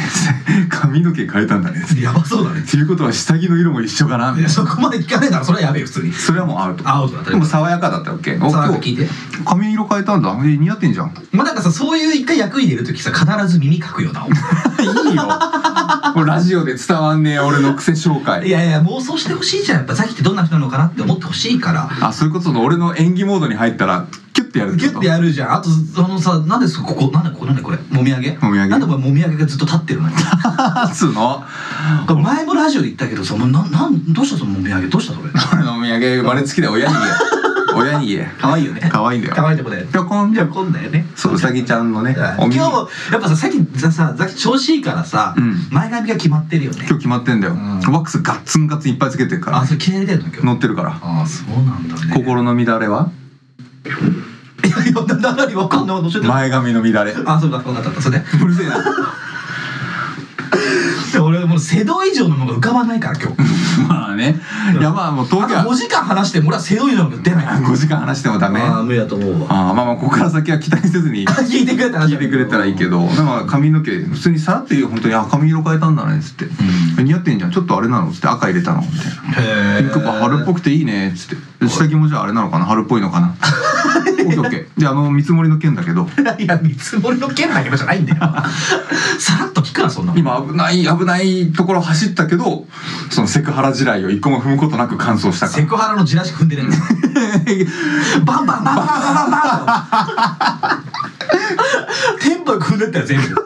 C: 髪の毛変えたんだね
D: やばそうだね
C: っていうことは下着の色も一緒かな
D: い
C: みたい
D: や
C: な
D: そこまで聞かねえならそれはやべえ普通に
C: それはもうアウト
D: アウトだった
C: でも爽やかだったわけお
D: さあ
C: 今
D: 聞い
C: 日
D: て
C: 髪色変えたんだえ似 合ってんじゃん
D: まあなんかさそういう一回役入れる時さ必ず耳かくよ なお前
C: いいよ もうラジオで伝わんねえ俺の癖紹
D: い
C: 介
D: やいや妄想してほしいじゃんやっぱさっきってどんな人なのかなって思ってほしいから
C: あそういうことその俺の演技モードに入ったらキュッてやるって
D: ギ
C: こ
D: ュ
C: と
D: ッてやるじゃんあとそのさなんですここなんだここなんだこれもみあげ
C: もみあげ
D: なんでお前もみあげがずっと立ってる のに
C: 立つの
D: これ前もラジオで言ったけどそのななんどうしたそのもみあげどうしたそれ
C: 俺のお土産生まれつきで親に 言え親に言え
D: 可愛いよね
C: 可愛いんだよ
D: 可愛いとこだよね
C: ぴょこん
D: じゃあ今度だよね
C: そううさぎちゃんのね
D: 今
C: おみ
D: 日
C: 今
D: もやっぱささっきさささっき調子いいからさ、
C: うん
D: 前髪が決まってるよね
C: 日決まってんだよ、ワックスガッツンガッツンいっぱいつけてるから
D: あそれ気合い入れてんの今日
C: 乗ってるから
D: ああそうなんだね
C: 心の乱れはい
D: やいやななにわかんない教えて
C: 前髪の乱れ
D: ああそうだ分かった分かったそれで
C: うるせえな
D: で俺もう瀬戸以上のものが浮かばないから今日
C: まあねいやまあもう東京
D: あと5時間話しても俺は瀬戸以上のものが出ない
C: 5時間話してもダメ
D: ああ
C: あ
D: 無理だと思うわ
C: あまあまあここから先は期待せずに
D: 聞いてくれたら
C: 聞いてくれたらいいけどでも髪の毛普通にさらって本当に「あ髪色変えたんだね」っつって「似合ってんじゃんちょっとあれなの」っつって「赤入れたの」みたいな
D: へえ
C: 結構春っぽくていいねっつってで下着もじゃああれなのかな春っぽいの かなオッケーオッケーであの見積もりの件だけど
D: いや見積もりの件だけどじゃないんだよさらっと聞くなそんなもん
C: 今危ない危ないところ走ったけどそのセクハラ地雷を一個も踏むことなく完走したか
D: セ
C: ら
D: クハラのじらし踏んでねえんだよバンバンバンバンバンバンバンテンポよく踏んでったよ全部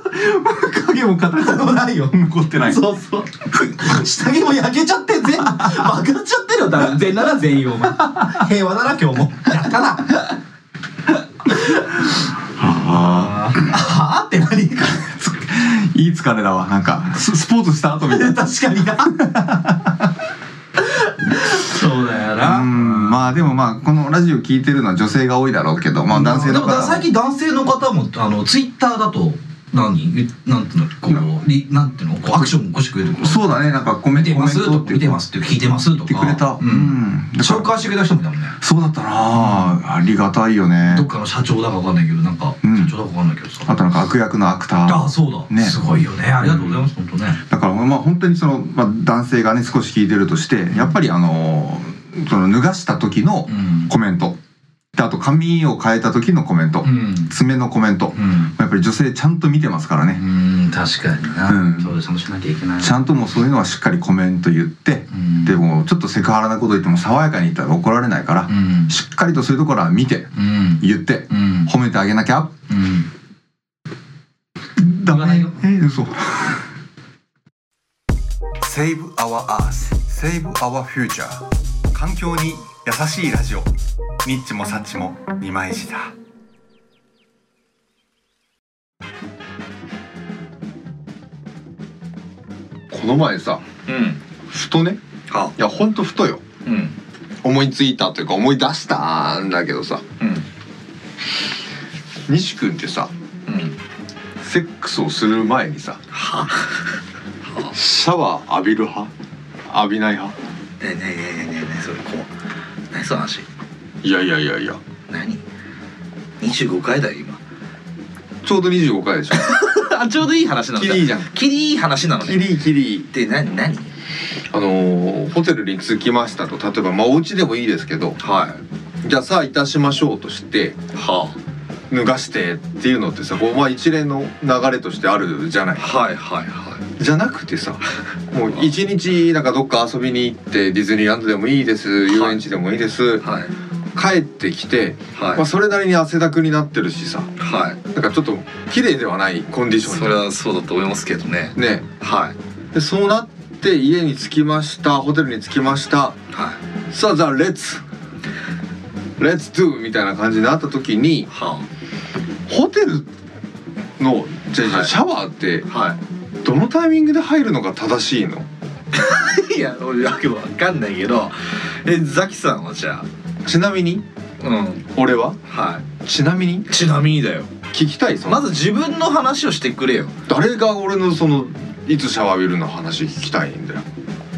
C: 影も形
D: でもないよ
C: も 残ってない
D: そうそう 下着も焼けちゃって全爆発しちゃってるよ多分全なら全員お前 平和だな今日もやったな
C: あ
D: ああって何か
C: ーいい疲れだわなんかススポーツした後みたい
D: 確
C: な
D: かにな そうだよな
C: うんまあでもまあこのラジオ聞いてるのは女性が多いだろうけどまあ男性
D: で
C: の
D: も
C: 方
D: だ最近男性の方もあのツイッターだと何なんていうのこうりなんていうのこうアクション起こしてくれるとか
C: そうだねなんかコ
D: 見
C: メン
D: て
C: ト
D: ます
C: コメ
D: と
C: ントっ
D: か
C: て
D: 見て
C: 言っ
D: ますとか聞いてますとか
C: てくれた
D: う
C: うんんだから
D: 紹介してくれた人もいたもんね
C: そうだったなあありがたいよね
D: どっかの社長だかわかんないけどなんか
C: うん
D: 社長だかわかんないけど
C: あ
D: さ
C: となんか悪役のアクター
D: ああそうだ
C: ね
D: すごいよねありがとうございます本当ね
C: だからまあ本当にその、まあ、男性がね少し聞いてるとしてやっぱりあのその脱がした時の
D: うん
C: コメント、であと髪を変えた時のコメント、
F: うん
C: 爪のコメント、
F: うん
C: やっぱり女性ちゃんと見てますからね、
F: うん確かにな、
C: うん
G: そうですそうしなきゃいけない
C: ちゃんともうそういうのはしっかりコメント言って、
F: うん
C: でもちょっとセクハラなこと言っても爽やかに言ったら怒られないから、
F: うん
C: しっかりとそういうところは見て
F: うん
C: 言って
F: うん
C: 褒めてあげなきゃ
F: うん
C: ダ
G: 言わない
C: メ
G: よ
C: えー嘘
H: Save our earth, save our future 環境に優しいラジオニッチもサッチも二枚舌
C: この前さ
F: うん
C: ふとね
D: はい
C: やほんとふとよ
F: うん
C: 思いついたというか思い出したんだけどさ西君ってさセックスをする前にさシャワー浴びる派浴びない派
I: ねえねえねえねえねえねえそれこう何その話
C: いやいやいやいや
I: 何25回だよ 今
C: ちょうど25回でしょ
I: あちょうどいい話なの
C: キリいじゃん
I: キリいい話なの
C: キ
I: ね
C: リキリ
I: で何何
C: あのーホテルに着きましたと例えばまあお家でもいいですけどはいじゃあさあいたしましょうとして
D: は
C: 脱がしてっていうのってさこうまあ一連の流れとしてあるじゃない
D: はいはいはい
C: じゃなくてさもう一日なんかどっか遊びに行ってディズニーランドでもいいです遊園地でもいいです、
D: はい
C: 帰ってきて、
D: はい
C: まあ、それなりに汗だくになってるしさ
D: はい
C: なんかちょっと綺麗ではないコンディション
D: それはそうだと思いますけどね
C: ね
D: はい
C: でそうなって家に着きましたホテルに着きました
D: はい
C: さあじゃあレッツレッツドゥみたいな感じになった時に
D: は
C: ホテルのじゃあじゃあ
D: はい
C: シャワーって
D: は
C: どのタイミングで入るのが正しいの
D: いいや俺わけわかんないけどえザキさんはじゃあ
C: ちなみに
D: うん
C: 俺は
D: は
C: ちなみに
D: いちなみにだよ
C: 聞きたいその
D: まず自分の話をしてくれよ
C: 誰が俺のそのいつシャワー浴びるの話聞きたいんだよ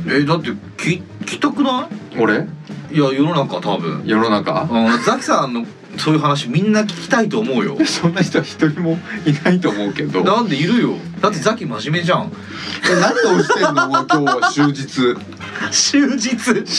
D: えだってき聞きたくな
C: 俺
D: いいや世の中多分
C: 世の中
D: うんザキさんのそういう話みんな聞きたいと思うよ
C: そんな人は一人もいないと思うけど え
D: なんでいるよだってザキ真面目じゃん
C: 何をしてんのもう今日は終日
D: 終日
C: 終日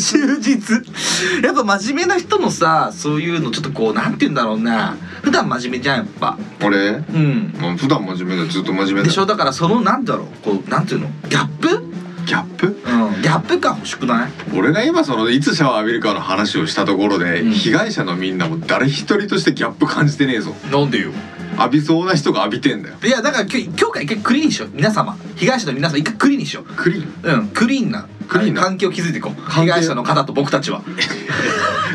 D: 終日やっぱ真面目な人のさそういうのちょっとこうなんて言うんだろうな普段真面目じゃんやっぱ
C: 俺
D: うん
C: もう普段真面目だずっと真面目だ
D: でしょだからそのなんだろうこうなんていうのギャップ
C: ギャップ
D: うんギャップ感欲しくない
C: 俺が今そのいつシャワー浴びるかの話をしたところで、
D: うん
C: 被害者のみんなも誰一人としてギャップ感じてねえぞ
D: なんでよ
C: 浴びそうな人が浴びてんだよ
D: いやだから今日今日から一回クリーンにしよう皆様被害者の皆様一回クリーンにしよう
C: クリーン
D: うんクリーンな
C: クリーンな
D: 関係を築いていこう
C: 関係
D: 被害者の方と僕たち は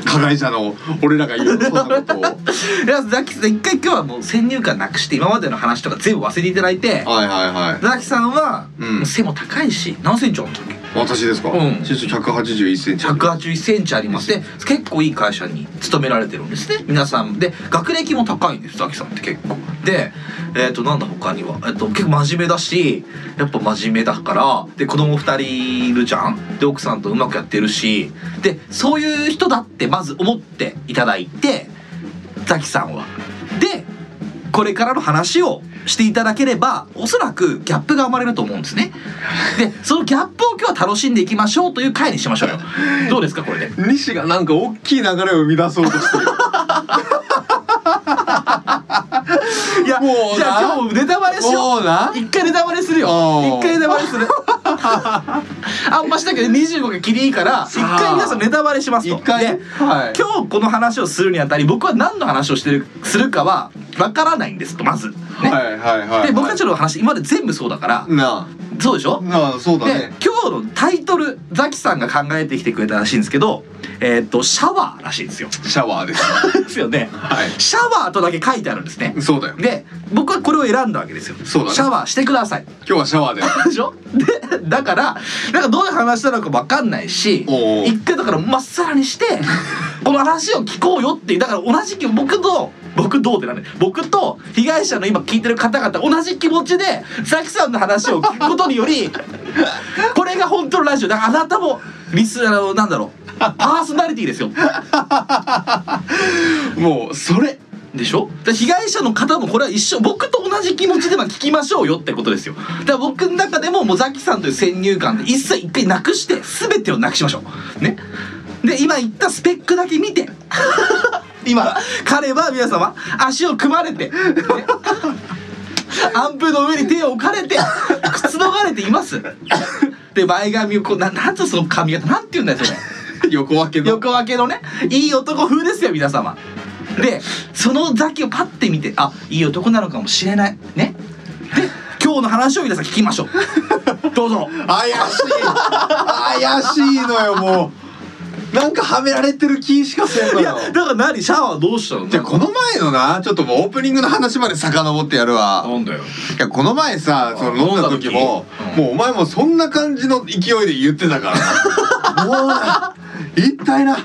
C: 加害者の俺らが言うそんな ことを
D: いやザキさん一回今日はもう先入観なくして今までの話とか全部忘れていただいて
C: はいはいはい
D: ザキさんは、
C: うん
D: 背も高いし何センチあるんだっけ
C: 私ですか、
D: うん
C: 身長181センチ
D: 181センチありまして結構いい会社に勤められてるんですね皆さんで学歴も高いんですザキさんって結構でえっ、となんだ他には、えっと結構真面目だしやっぱ真面目だからで子供二人いるじゃんで奥さんとうまくやってるしでそういう人だってまず思っていただいてザキさんはでこれからの話をしていただければおそらくギャップが生まれると思うんですねでそのギャップを今日は楽しんでいきましょうという回にしまし ょうよどうですかこれで
C: 西がなんか大きい流れを生み出そうとしてる
D: いや
C: もうな
D: じゃあ今日ネタバレしよ
C: も
D: う
C: うな
D: 一回ネタバレするよ
C: おー
D: 一回ネタバレ するあんましだけど25がキリいいから一回皆さんネタバレしますと
C: 一回
D: で
C: はい
D: 今日この話をするにあたり僕は何の話をしてるするかはわからないんですとまずね、
C: はいはいはい、はい、
D: で僕たちの話今まで全部そうだから
C: な
D: そうでしょ
C: あなあそうだ
D: で
C: ね
D: 今日のタイトルザキさんが考えてきてくれたらしいんですけどえーっとシャワーらしいんです よ
C: シャワ ーです
D: ですよね
C: はい
D: シャワーとだけ書いてあるんですね
C: そうだよ
D: で僕はこれを選んだわけですよ
C: そうだね
D: シャワーしてください
C: 今日はシャワーで
D: でしょでだからなんかどういう話なのか分かんないし
C: おうおう
D: 一回だからまっさらにしてこの話を聞こうよっていうだから同じ気僕と僕どうってなんで僕と被害者の今聞いてる方々同じ気持ちでザキさんの話を聞くことによりこれが本当のラジオだからあなたもリスナーのなんだろうパーソナリティですよ
C: もうそれ
D: でしょで被害者の方もこれは一緒僕と同じ気持ちでまあ聞きましょうよってことですよだから僕の中でももうザキさんという先入観で一切一回なくして全てをなくしましょうねで今言ったスペックだけ見て 今彼は皆様足を組まれてねアンプの上に手を置かれてくつろがれていますで前髪をこうななんとその髪型なんて言うんだよそれ
C: 横分けの
D: 横分けのねいい男風ですよ皆様でそのザキをパッて見てあいい男なのかもしれないねで今日の話を皆さん聞きましょ うどうぞ
C: 怪しい怪しいのよもうなんかはめられてる気しかせんの
D: いや
C: よ
D: だから何シャワーどうしたの
C: じゃあこの前のなちょっともうオープニングの話まで遡ってやるわ
D: なんだよ
C: いやこの前さその飲んだ時ももうお前もそんな感じの勢いで言ってたからな もうな一体な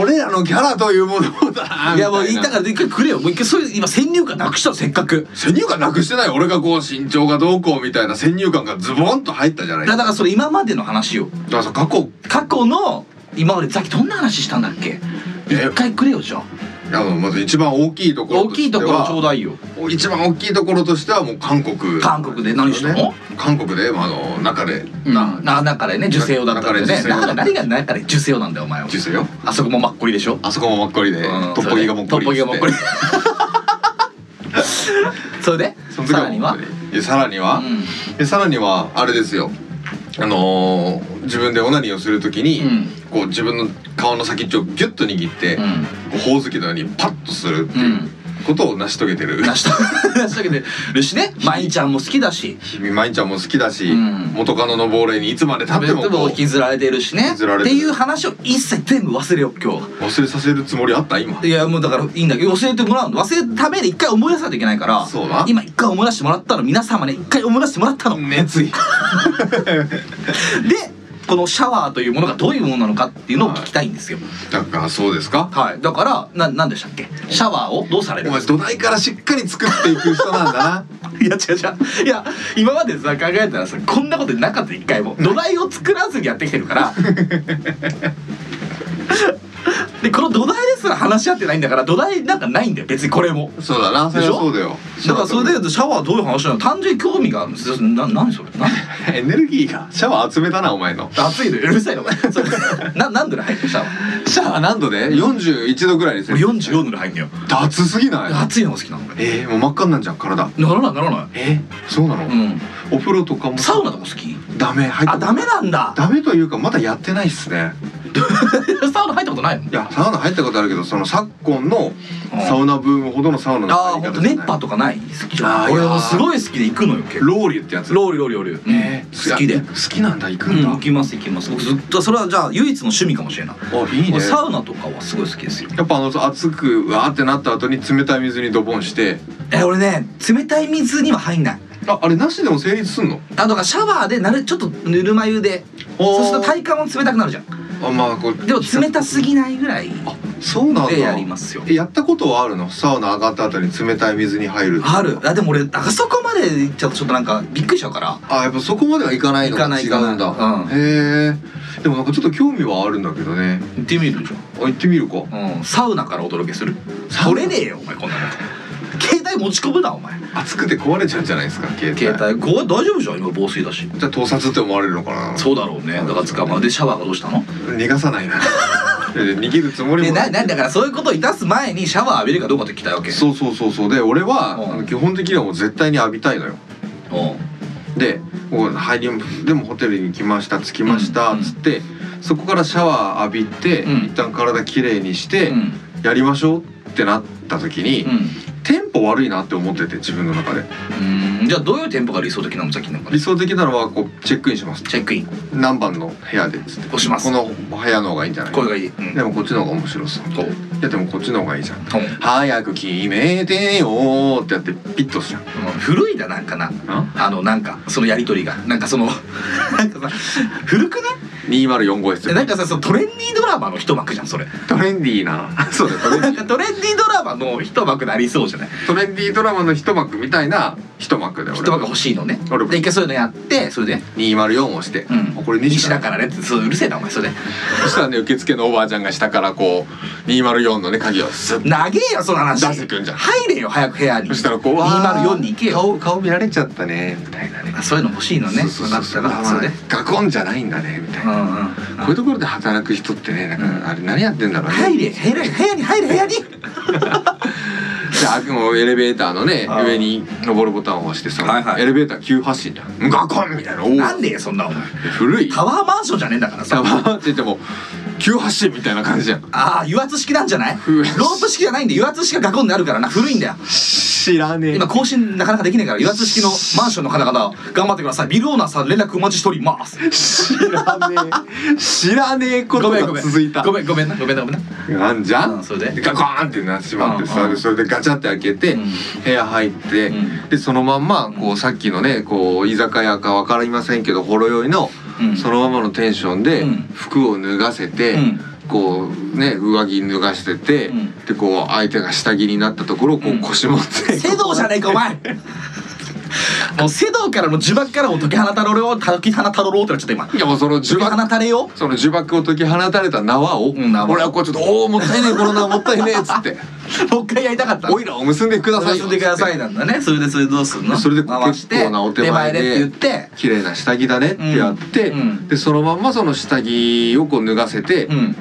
C: 俺らのキャラというものだ
D: いやもう言いた
C: ら
D: から一回くれよもう一回そういう今先入観なくしたのせっかく
C: 先入観なくしてない俺がこう身長がどうこうみたいな先入観がズボンと入ったじゃない
D: だからそれ今までの話を
C: だからさ過去
D: 過去の今までザキどんな話したんだっけ
C: え
D: 一回くれよじゃあ
C: あのまず一番大きいところ
D: 大
C: と
D: き
C: し
D: い
C: て
D: と
C: は
D: ころちょうだいよ
C: 一番大きいところとしてはもう韓国
D: 韓国で何したの
C: ね韓国でまああの中で
D: な、な、だからね、受精用だったんだよね。
C: 中で受精
D: だ
C: 用
D: から何が何から受精用なんだよ、お前は。
C: ジュースよ
D: あそこもマッコリでしょ。
C: あそこももっこりで
D: うん
C: トッポギがもっこり
D: トッポギがもっこり。それで、
C: その時
D: さ
C: は
D: らには。
C: いやさらには、でさらにはあれですよあのー自分でオナニーをするときに、
D: うん
C: こう自分の顔の先っちょをギュッと握って、
D: う
C: こ
D: ん。
C: うほおずきのようにパッとするって
D: う。
C: いうんことを成し遂げてる、
D: 成 し遂成し遂げて るしね、まいちゃんも好きだし。
C: 日々舞ちゃんも好きだし、
D: うん
C: 元カノの亡霊にいつまでたって
D: で
C: もこ
D: も
C: う
D: 引きずられてるしね
C: 引きずら
D: っ
C: れ
D: て
C: てる
D: いう話を一切全部忘れよう今日は
C: 忘れさせるつもりあっ た今
D: いやもうだからいいんだけど教えてもらうの忘れるために一回思い出さないといけないから
C: そうな
D: 今一回思い出してもらったの皆様ね一回思い出してもらったの
C: 熱意
D: でこのシャワーというものがどういうものなのかっていうのを聞きたいんですよ
C: だからそうですか
D: はいだからな何でしたっけシャワーをどうされる
C: お
D: んで
C: 前
D: すか
C: 土台からしっかり作っていく人なんだ な
D: いや違う違ういや今までさ考えたらさこんなことなかった一回も土台を作らずにやってきてるから でこの土台ですら話し合ってないんだから土台なんかないんだよ別にこれも
C: そうだなそれ
D: で
C: は
D: しょ
C: そうだよ
D: だからそれで言うとシャワーどういう話なの単純に興味があるんですよな何それな
C: エネルギーがシャワー集めたなお前の
D: 熱いのうるさいのお前それな何度で入ってるシャワー
C: シャワー何度で41度ぐらいです
D: 俺
C: よ
D: 44度で入んのよ
C: 熱すぎない
D: 熱いのが好きなの俺
C: えー、もう真っ赤になんじゃん体
D: ならないならない
C: えそうなの、
D: うん
C: お風呂とかも
D: サウナとか好き
C: ダメ入っ
D: あ
C: て
D: ダメなん だ
C: ダメというかまだやってないっすね
D: サウナ入ったことないの
C: いやサウナ入ったことあるけどその昨今
D: う
C: の
D: ん
C: サウナブームほどのサウナの
D: ああ
C: 入り
D: ほん
C: 方
D: と
C: じ
D: 熱波とか
C: ゃない
D: ない好きじゃ
C: あ
D: ん俺
C: ーいや
D: も
C: ー
D: すごい好きで行くのよ結構
C: ローリュってやつ
D: ローリローリローリ
C: ーえー
D: 好きで
C: 好きなんだ行く
D: うん
C: んだ、
D: 行きます行きます僕ずっとそれはじゃあ唯一の趣味かもしれない
C: あいいね
D: サウナとかはすごい好きですよ
C: やっぱあの熱くわーってなった後に冷たい水にドボンして
D: え俺ね冷たい水には入んない
C: ああれなしでも成立すんの
D: あとからシャワーでなるちょっとぬるま湯で
C: おー
D: そうすると体感も冷たくなるじゃん
C: あまあこう
D: でも冷たすぎないぐらい
C: あそうなんだ
D: でやりますよ
C: えやったことはあるのサウナ上がった後に冷たい水に入る
D: あるあでも俺あそこまで行っちゃうとちょっとなんかびっくりしちゃうから
C: あやっぱそこまではいかないの
D: いかない
C: 違
D: いかない
C: うんだ、
D: うん
C: へえでもなんかちょっと興味はあるんだけどね
D: 行ってみるじゃん
C: あ行ってみるか
D: うん、サウナからお届けする
C: ウナ
D: 取れねえよお前こんなこと携帯持ち込むなお前
C: 熱くて壊れちゃうんじゃないですか携帯
D: 携帯こう大丈夫じゃん今防水だし
C: じゃあ盗撮って思われるのかな
D: そうだろうねだから捕まるでシャワーがどうしたの
C: 逃がさな いないやいや逃げるつもり
D: で
C: も
D: ななんだからそういうことをいたす前にシャワー浴びるかどうかって聞きたいわけ
C: そうそうそうそうで俺は、
D: うん
C: あの基本的にはもう絶対に浴びたいのよ
D: う
C: でもう入りでもホテルに来ました着きました、
D: うん
C: つってそこからシャワー浴びて、
D: うん
C: 一旦体きれいにして、
D: ん
C: やりましょうってなった時に、
D: うん
C: テンポ悪いなって思ってて自分の中で
D: うんじゃあどういうテンポが理想的なの先のか
C: 理想的なのはこうチェックインします
D: チェックイン
C: 何番の部屋でっつって
D: 押します
C: この部屋の方がいいんじゃない
D: これがいい、うん
C: でもこっちの方が面白そう
D: こう
C: いやでもこっちの方がいいじゃん
D: トン
C: 早く決めてよーってやってピッとする
D: 古いななんかなあのなんかそのやりとりがなんかその なんかさ古くない
C: 204号室
D: えなんかさそのトレンディードラマの一幕じゃんそれ
C: トレンディ ーなそうだよトレンデ
D: なん
C: ィ
D: かトレンディードラマの一幕なりそうじゃない
C: ートレンディードラマの一幕みたいな一幕で俺
D: 一幕欲しいのね
C: 俺も
D: で一回そういうのやってそれで
C: 204を押して、
D: うん
C: あこれ
D: 西
C: 西
D: だ
C: だか
D: からねってそううるせえなお前それ
C: らそしたらね受付のおばあちゃんが下からこう204のね鍵をスッ
D: 長えよその話
C: 出してくんじゃん
D: 入れよ早く部屋に
C: そしたらこう
D: 204に行けよ
C: 顔顔見られちゃったねみたいなね
D: そういうの欲しいのね
C: そうそうそうそう
D: だったらそうね
C: ガコンじゃないんだねみたい
D: うん
C: な、
D: うん
C: こういうところで働く人ってねなん
D: うん
C: かあれ何やってんだろうね、
D: 入れ部屋に入れ入れ部屋に
C: であもうエレベーターのね
D: あー
C: 上に登るボタンを押してさ、
D: はいはい
C: エレベーター急発進だガコンみたいなお
D: な
C: ー
D: んでよそんなお前
C: 古い
D: タワーマンションじゃねえんだから
C: サ
D: さ
C: バーって言っても急発進みたいな感じやん
D: ああ油圧式なんじゃないロ
C: うわ
D: ープ式じゃないんで油圧式がガコンになるからな古いんだよ
C: 知らね
D: 今更新なかなかできないから油圧式のマンションの方々頑張ってくださいビルオーナーさん連絡お待ちしております
C: 知らねえ知らねえこ
D: ご
C: と
D: めんごめ
C: が
D: ん
C: 続いた
D: ごめんごめんなごめんなごめんな
C: あんじゃ
D: うん
C: ん
D: それで
C: ガコーンってなってしまって
D: うんう
C: さ
D: ん
C: でそれでガチャって開けて
D: うん
C: 部屋入って
D: うん
C: でそのまんまこうさっきのねこう居酒屋かわかりませんけどほろ酔いの
D: うん
C: そのままのテンションで
D: うん
C: 服を脱がせて
D: うん
C: こうね上着脱がしてて
D: うん
C: でこう相手が下着になったところをこ
D: うん
C: う腰持って
D: セドじゃねえかお前もうセドからの呪縛からも解き放たろうよ解き放たろうってなっちょっと今
C: いやもうその呪
D: 呪縛
C: 縛
D: 放たれよ
C: その呪縛を解き放たれた縄を、
D: うん縄
C: 俺はこうちょっと「おおもったいねえこの縄もったいねえ」っつって
D: もう一回やりたかっ
C: 「
D: た
C: おいらを結んでください
D: 結
C: よ」
D: んでくださいなんだねそれでそれどうすんの
C: それで
D: 回して
C: 結構なお手前で
D: 出って言って
C: 綺麗な下着だねってやって、
D: うんうん
C: でそのまんまその下着をこう脱がせて、
D: うん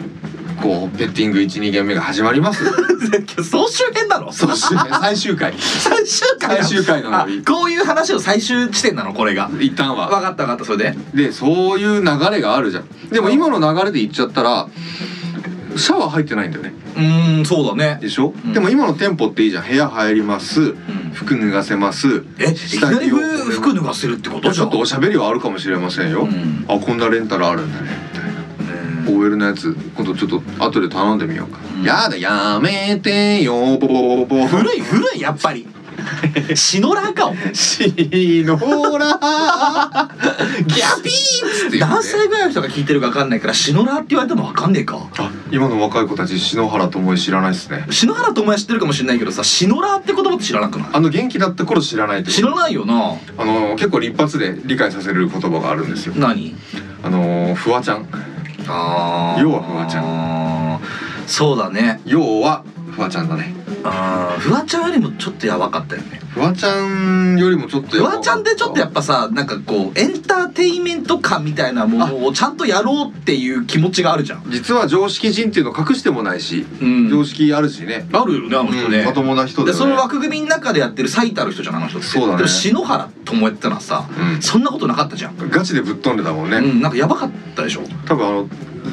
C: こうペッティング12軒目が始まります
D: 総集編なの
C: そうし最終回
D: 最終回なの
C: 最終回なのに
D: あこういう話を最終地点なのこれが
C: 一旦は
D: 分かった分かったそれで
C: でそういう流れがあるじゃんでも今の流れで行っちゃったらシャワー入ってないんだよね
D: うーんそうだね
C: でし
D: う
C: ょ、
D: ん
C: でも今のテンポっていいじゃん部屋入ります服脱がせます
D: えいきなり服服脱がせるってこと
C: ちょっとおしゃべりはあるかもしれませんよ、
D: うん
C: あこんなレンタルあるんだねみたいな OL のやつ今度ちょっと後で頼んでみようか、
D: ん
C: やだやめてよボボボボ
D: 古い古いやっぱ りシノラーかお前
C: しのら ギャピーっつって言うね
D: 何歳ぐらいの人が聞いてるか分かんないからシノラーって言われても分かんねえか
C: あ今の若い子たち篠原ともえ知らないっすね
D: 篠原智也知ってるかもしれないけどさシノラーって言葉って知らなくない
C: あの元気だった頃知らないって
D: 知らないよな
C: あの結構立発で理解させる言葉があるんですよ
D: 何
C: あのフワちゃん
D: あ
C: 要はフワちゃん
D: んそうだね
C: 要はフワちゃんだね
D: あーフワちゃんよりもちょっとやばかったよね
C: フワちゃんよりもちょっと
D: フワちゃんでちょっとやっぱさなんかこうエンターテインメント感みたいなものをちゃんとやろうっていう気持ちがあるじゃん、
C: 実は常識人っていうの隠してもないし、
D: うん
C: 常識あるしね、
D: あるよねあの人ね、
C: うんまともな人だ
D: で
C: よね
D: その枠組みの中でやってる最たる人じゃんあの人って
C: そうだね
D: でも篠原智也ってのはさ、
C: うん
D: そんなことなかったじゃん、
C: ガチでぶっ飛んでたもんね、
D: うんなんかやばかったでしょ
C: 多分あの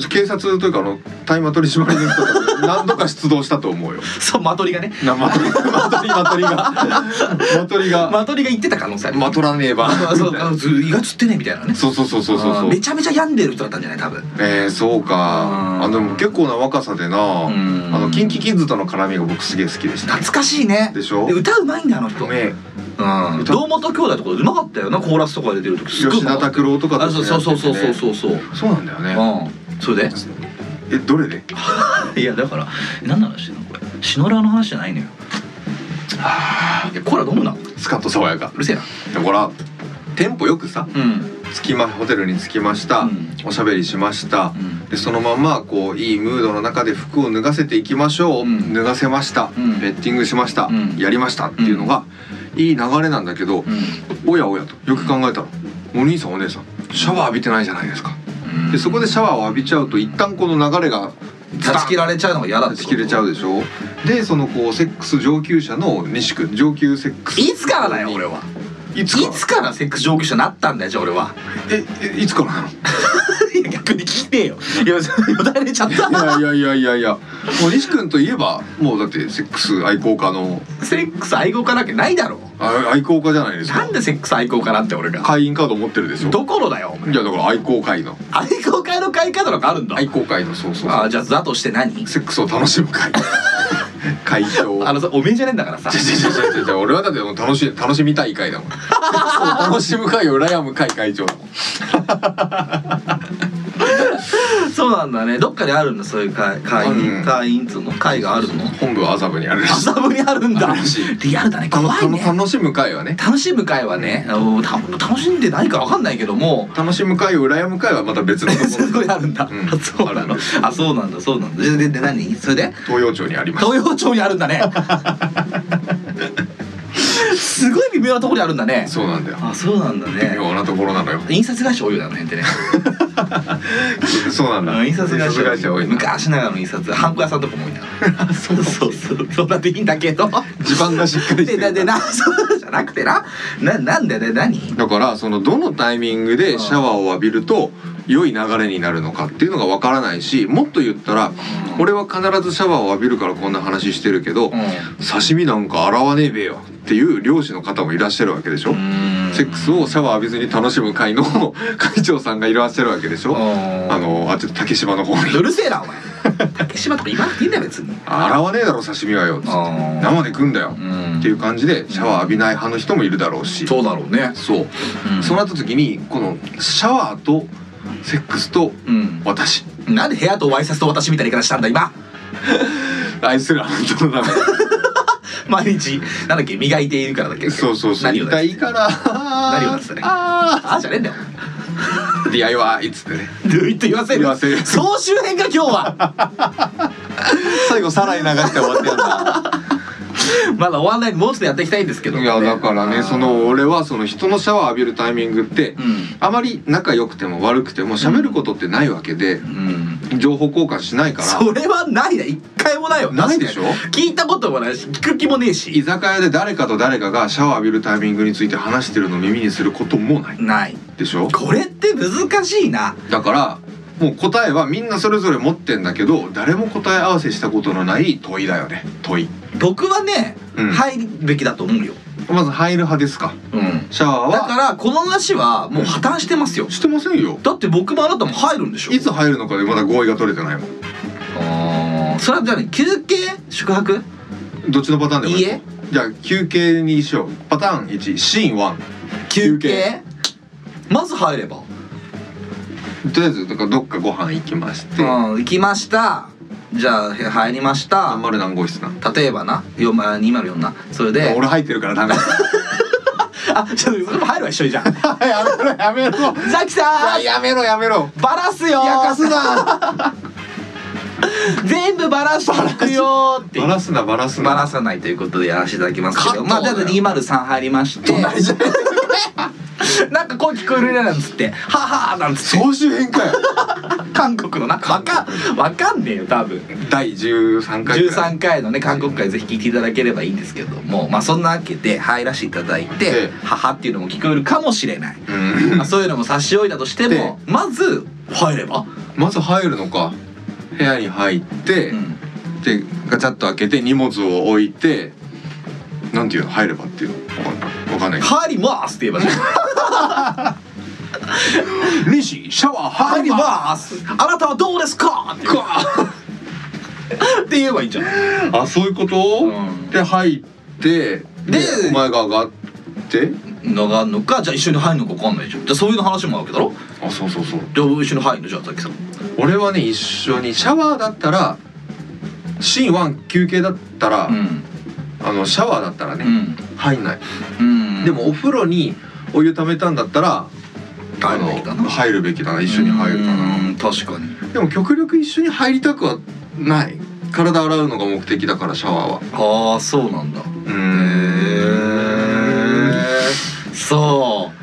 C: 警察というかあの大麻取締りの人とか何度か出動したと思うよ
D: そうマトリがね
C: なマトリマトリマトリがマトリが
D: マトリが言ってた可能性ある
C: マトらねえば
D: あそうあず意外つってねみたいなね
C: そうそうそうそうそう
D: あ
C: そ
D: ー
C: う
D: めちゃめちゃ病んでる人だったんじゃない多分
C: えー、そうか
D: うん
C: あでも結構な若さでなあ
D: ん
C: のキンキキッズとの絡みが僕すげえ好きでした
D: 懐かしいね
C: でしょ
D: 歌うまいんだよあの人、
C: ね
D: うん堂本兄弟とかうまかったよなコーラスとかで出る時すっごいう
C: 吉
D: まか
C: 田
D: った
C: 拓郎とか
D: あそうそうそうそうそう
C: う
D: そうそう、
C: そうなんだよね
D: うんそれで
C: えどれで
D: いやだから何の話してんのこれシノラーの話じゃないのよいやコーラ飲むなう
C: スカッと爽やか
D: るせえな
C: でほらテンポよくさ
D: うん
C: 着きまホテルに着きました、
D: うん
C: おしゃべりしました、
D: うん
C: でそのままこういいムードの中で服を脱がせていきましょう、
D: うん
C: 脱がせました、
D: うん
C: ベッティングしました、
D: うん
C: やりましたっていうのが、いい流れなんだけど、
D: う
C: おやおやとよく考えたらお兄さんお姉さんシャワー浴びてないじゃないですか
D: ん
C: でそこでシャワーを浴びちゃうと一旦この流れが
D: 断ち切られちゃうのが嫌だって
C: 断ち切れちゃうでしょでそのこうセックス上級者の西君上級セックス
D: いつからだよ俺はいい
C: つから
D: つからセックス上級者になったんだよじゃあ俺は
C: ええいつからなの
D: いや逆に聞いてえよいやよだれちゃった
C: いやいやいやいやいやもう西君といえばもうだってセックス愛好家の
D: セックス愛好家なわけないだろ
C: あ愛好家じゃないです
D: な
C: か
D: んでセックス愛好家なんて俺が
C: 会員カード持ってるでしょ
D: どころだよお前
C: いやだから愛好会の
D: 愛好会の買い方とかあるんだ、
C: 愛好会のそうそうそう
D: あじゃあだとして何
C: セックスを楽しむ会会長
D: あのさおめえじゃねえんだからさ
C: 違う違う違う違う違う俺はだってもう楽しい楽しみたい会だもんセックスを楽しむ会を羨む会会長だもん
D: そうなんだねどっかであるんだそういう会会員、
C: うん
D: 会員っつうの会があるの
C: 本部は麻布にあるらしい
D: 麻布にあるんだ
C: あるし
D: リアルだね
C: たの
D: 怖い
C: たの
D: ね
C: 楽しむ会はね
D: 楽しむ会はねあのた楽しんでないかわかんないけども
C: 楽しむ会を羨む会はまた別のとこ
D: すごいあるんだ、
C: うん
D: あそうな
C: ある
D: の
C: んですよ
D: あそうなんだそうなんだででで 何それで
C: 東洋町にあります
D: 東洋町にあるんだねすごい微妙なところにあるんだね
C: そうなんだよ
D: あそうなんだ
C: 微
D: ね
C: 妙なところなのよ
D: 印刷会社多いよねあの辺ってね
C: そうなん
D: うん
C: だ
D: 印刷会社
C: 会社多いな
D: 昔ながらの印刷ハンコ屋さんとかも多いなそうそうそうそうなんでいいんだけど
C: 地盤がしっかりして
D: で
C: る
D: だでなそうじゃなくてなななんだよね何
C: だからそのどのタイミングでシャワーを浴びると良い流れになるのかっていうのがわからないしもっと言ったら俺は必ずシャワーを浴びるからこんな話してるけど刺身なんか洗わねえべよっていう漁師の方もいらっしゃるわけでしょセックスをシャワー浴びずに楽しむ会の 会長さんがいらっしゃるわけでしょあ
D: あ
C: のあちょっと竹芝の方
D: う
C: に
D: るせえなお前竹島とか言わなくていいんだよ別に
C: 「洗わねえだろ刺身はよ」つって「
D: あ
C: 生で食うんだよ」っていう感じでシャワー浴びない派の人もいるだろうし
D: そうだろうね
C: そうそうなった時にこのシャワーとセックスと
D: うん
C: 私
D: なんで部屋とワイシャツと私みたいな言い方したんだ今
C: 愛するあなたのた
D: 毎日なんだっけ磨いているからだっけ
C: め そうそうそう
D: 何をだ
C: 痛
D: っけ
C: いから何
D: 何をだっつってね
C: あ
D: あじゃねえんだよ
C: ー DIY っつってね
D: ルイと言わせる
C: 言わせる
D: 総集編か今日は
C: 最後さらい流して終わってやん だ
D: まだ終わんないもうちょっとやっていきたいんですけど
C: いやだからねその俺はその人のシャワー浴びるタイミングって
D: うん
C: あまり仲良くても悪くても喋ることってないわけで
D: うん
C: 情報交換しないから
D: それはないな一回もないよ
C: ないでしょ
D: 聞いたこともないし聞く気もねえ
C: 居
D: し
C: 酒屋で誰かと誰かがシャワー浴びるタイミングについて話してるのを耳にすることもない
D: ない
C: でしょ
D: これって難しいな
C: だからもう答えはみんなそれぞれ持ってんだけど誰も答え合わせしたことのない問いだよね問い、
D: 僕はね、
C: うん
D: 入るべきだと思うよ、
C: まず入る派ですか
D: うん、
C: シャワー
D: だ
C: は
D: からこの話はもう破綻してますよ
C: してませんよ
D: だって僕もあなたも入るんでしょ
C: いつ入るのかでまだ合意が取れてないもん
D: あーそれはじゃあね休憩宿泊
C: どっちのパターンでもいい
D: 家
C: じゃあ休憩にしようパターン1シーン1
D: 休憩
C: 休憩
D: まず入れば
C: とりあえずだからどっかご飯行きまして
D: うん行きましたじゃあ部屋入りました
C: 丸何号室な
D: 例えばなよまあ204なそれで
C: 俺入ってるからダメ
D: あちょっとそれも入るわ一緒にじゃん
C: やめろやめろ
D: ザキさん
C: やめろやめろ
D: バラすよ
C: やかすな
D: 全部バラしていくよーって
C: バラすなバラすな
D: バラさないということでやらせていただきますけどまあとりあえず203入りましてなんか声聞こえるねなんつって「ははー」なんつって
C: 総集編かよ
D: 韓国のなんかわかわかんねえよ多分
C: 第13回くらい
D: 13回のね韓国会ぜひ聞いていただければいいんですけどもまあそんなわけで入らせていただいて
C: ええ
D: 「母」っていうのも聞こえるかもしれない、
C: うん
D: まあ、そういうのも差し置いたとしてもまず入れば、
C: まず入るのか部屋に入って、
D: うん
C: でガチャッと開けて荷物を置いてなんていうの入ればっていうのわかんないわかんない
D: 入りますって言えば いい
C: 西シャワー
D: 入りますあなたはどうですかって言うって言えばいいんじゃない
C: あそういうこと、
D: うん
C: で入ってで
D: で
C: お前が上がって
D: のがあんのかじゃあ一緒に入るのか分かんないじゃんじゃあそういうの話もあるわけだろ
C: あそうそうそう
D: じゃあ一緒に入るのじゃあさっきさん
C: 俺はね一緒にシャワーだったらシーン1休憩だったら、
D: うん
C: あのシャワーだったら
D: う
C: ね、
D: ん
C: 入んない、
D: うん
C: でもお風呂にお湯溜めたんだったら
D: 入るべきだな
C: あの入るべきだな一緒に入るかな
D: うん確かに
C: でも極力一緒に入りたくはない体洗うのが目的だからシャワーは
D: ああそうなんだ
C: う
D: そ
C: ーん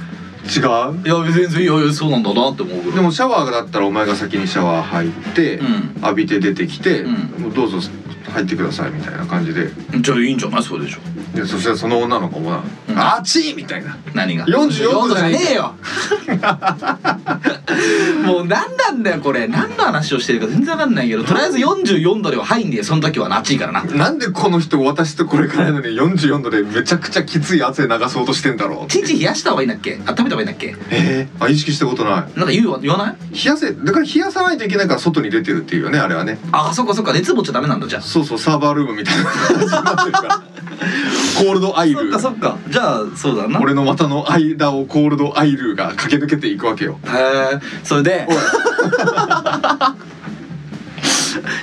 C: 違
D: ういや全然いやいやそうなんだなって思うぐ
C: うで
D: らい
C: もシャワーだったらお前が先にシャワー入って、
D: うん
C: 浴びて出てきて、
D: うん
C: もうどうぞ入ってくださいみたいな感じで
D: じゃあいいんじゃないそれでしょ
C: でそしたらその女の子もな
D: うん
C: あっちー!」みたいな
D: 何が
C: 44
D: じゃねえよ もう何なんだよこれ何の話をしてるか全然わかんないけどとりあえず44度では入んねえその時はな暑いからな
C: なんでこの人私とこれからいのに44度でめちゃくちゃきつい汗流そうとしてんだろう
D: チンチン冷やした方がいいんだっけ温めた方がいいんだっけ
C: えー、あ意識したことない
D: なんか言うわ言わない
C: 冷やせだから冷やさないといけないから外に出てるっていうよねあれはね
D: ああそっかそっか熱持っちゃダメなんだじゃあ
C: そうそうサーバールームみ たいな感じになってるからコールドアイ
D: そっ
C: ル
D: かそっかじゃあそうだな
C: 俺の股の間をコールドアイルが駆け抜けていくわけよ
D: へえそれで
C: おい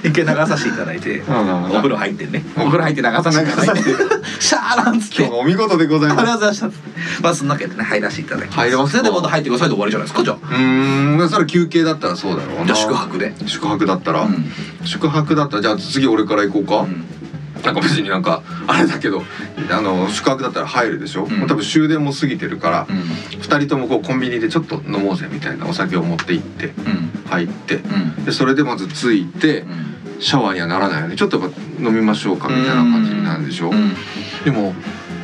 D: 一回流させていただいてお
C: お
D: 風呂入ってねお風呂入って流させていただいて シャーなんつって
C: 今日のお見事でござい
D: ありが
C: ます
D: とうございました。まあそんなわけでね入らせていただきます。
C: 入れますか
D: それでまた入ってくださいで終わりじゃないですかじゃあ。
C: うーんそれ休憩だったらそうだろうな
D: じゃあ宿泊で。
C: 宿泊だったら、
D: うん
C: 宿泊だったらじゃあ次俺から行こうか、
D: うん
C: なんか別になんかあれだけどあの宿泊だったら入るでしょ、
D: ん
C: 多分終電も過ぎてるから、
D: うん
C: 2人ともこうコンビニでちょっと飲もうぜみたいなお酒を持って行って
D: うん
C: 入って
D: うん
C: でそれでまず着いて
D: うん
C: シャワーにはならないよねちょっとやっぱ飲みましょうかみたいな感じになるでしょ、
D: うん
C: でも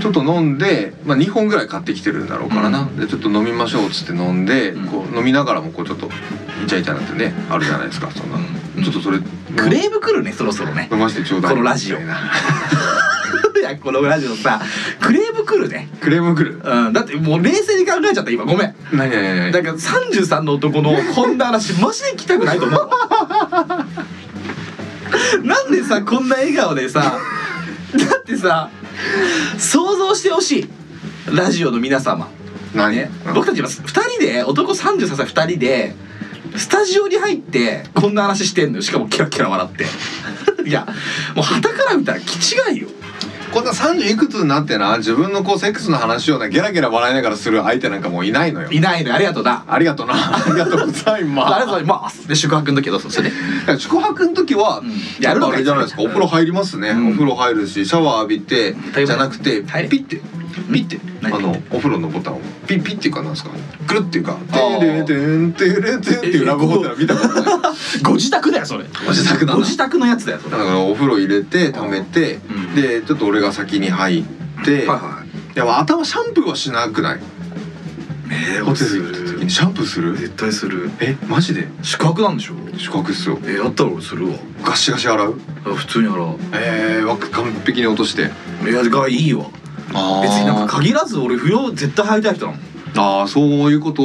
C: ちょっと飲んで、まあ、2本ぐらい買ってきてるんだろうからな、
D: う
C: でちょっと飲みましょうっつって飲んで、
D: うん
C: こう飲みながらもこうちょっとイチャイチャなってねあるじゃないですかそんな、
D: うん
C: ちょっとそれ
D: クレーム来るねそろそろね
C: 飲ましてちょうだい
D: このラジオ
C: みたいない
D: やこのラジオさクレーム来るね、
C: クレーム来る
D: うん、だってもう冷静に考えちゃった今ごめん
C: 何何何
D: だから33の男のこんな話マジで聞きたくないと思う わなんでさこんな笑顔でさだってさ想像してほしいラジオの皆様
C: 何
D: ね、僕たちは2人で男33歳2人でスタジオに入ってこんな話してんのよしかもキラキラ笑って いやもう旗から見たら気違いよ
C: こんな30いくつになってな自分のこうセックスの話をなゲラゲラ笑いながらする相手なんかもういないのよ
D: いないのよありがとうな
C: ありがとうなありがとうござい
D: あ
C: ま
D: りがとうございますで宿泊の時はどうするそれで
C: す 宿泊の時は、
D: うん
C: や
D: や
C: っ
D: るの
C: ぱあ
D: がい
C: れ
D: い
C: じゃないですか、
D: うん
C: お風呂入りますね、
D: うん
C: お風呂入るしシャワー浴びて
D: うん
C: じゃなくて
D: 入れ
C: ピッてピッてあ
D: 何
C: のお風呂のボタンをピッピッていうかなんですかくるっていうか「
D: あー
C: テレテンテレテン」っていうラブホテルは見 たことない
J: ご自宅だよそれ
C: ご自宅だ
D: ご
C: な
D: 自宅のやつだよそれ
C: だからお風呂入れて溜めて、
D: うん
C: でちょっと俺が先に入って、
D: はい
C: や頭シャンプーはしなくない
D: え
C: ホテル行った時にシャンプーする
D: 絶対する
C: えマジで
D: 宿泊なんでしょ
C: 宿泊っすよ
D: えやったら俺するわ
C: ガシガシ洗う
D: 普通に洗う
C: えー、わ完璧に落として
D: いやがいいわ
C: あ
D: 別になんか限らず俺風呂絶対入りたい人な
C: あーそういうこと、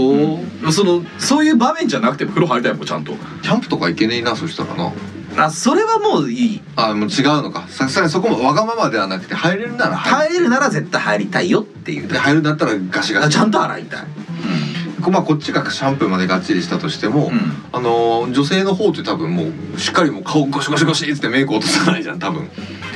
D: のそのそういう場面じゃなくても風呂入りたいもんちゃんと
C: キャンプとか行けねえなそしたらな
D: あそれはもういい
C: あーもう違うのかさすがにそこもわがままではなくて入れるなら入
D: 入れるなら絶対入りたいよっていう
C: るで入るんだったらガシガ
D: あち
C: シ
D: ゃんと洗いたい
C: こ,、まあ、こっちがシャンプーまでがっちりしたとしても、
D: うん
C: あのー女性の方って多分もうしっかりもう顔ゴシゴシゴシっつってメイク落とさないじゃん多分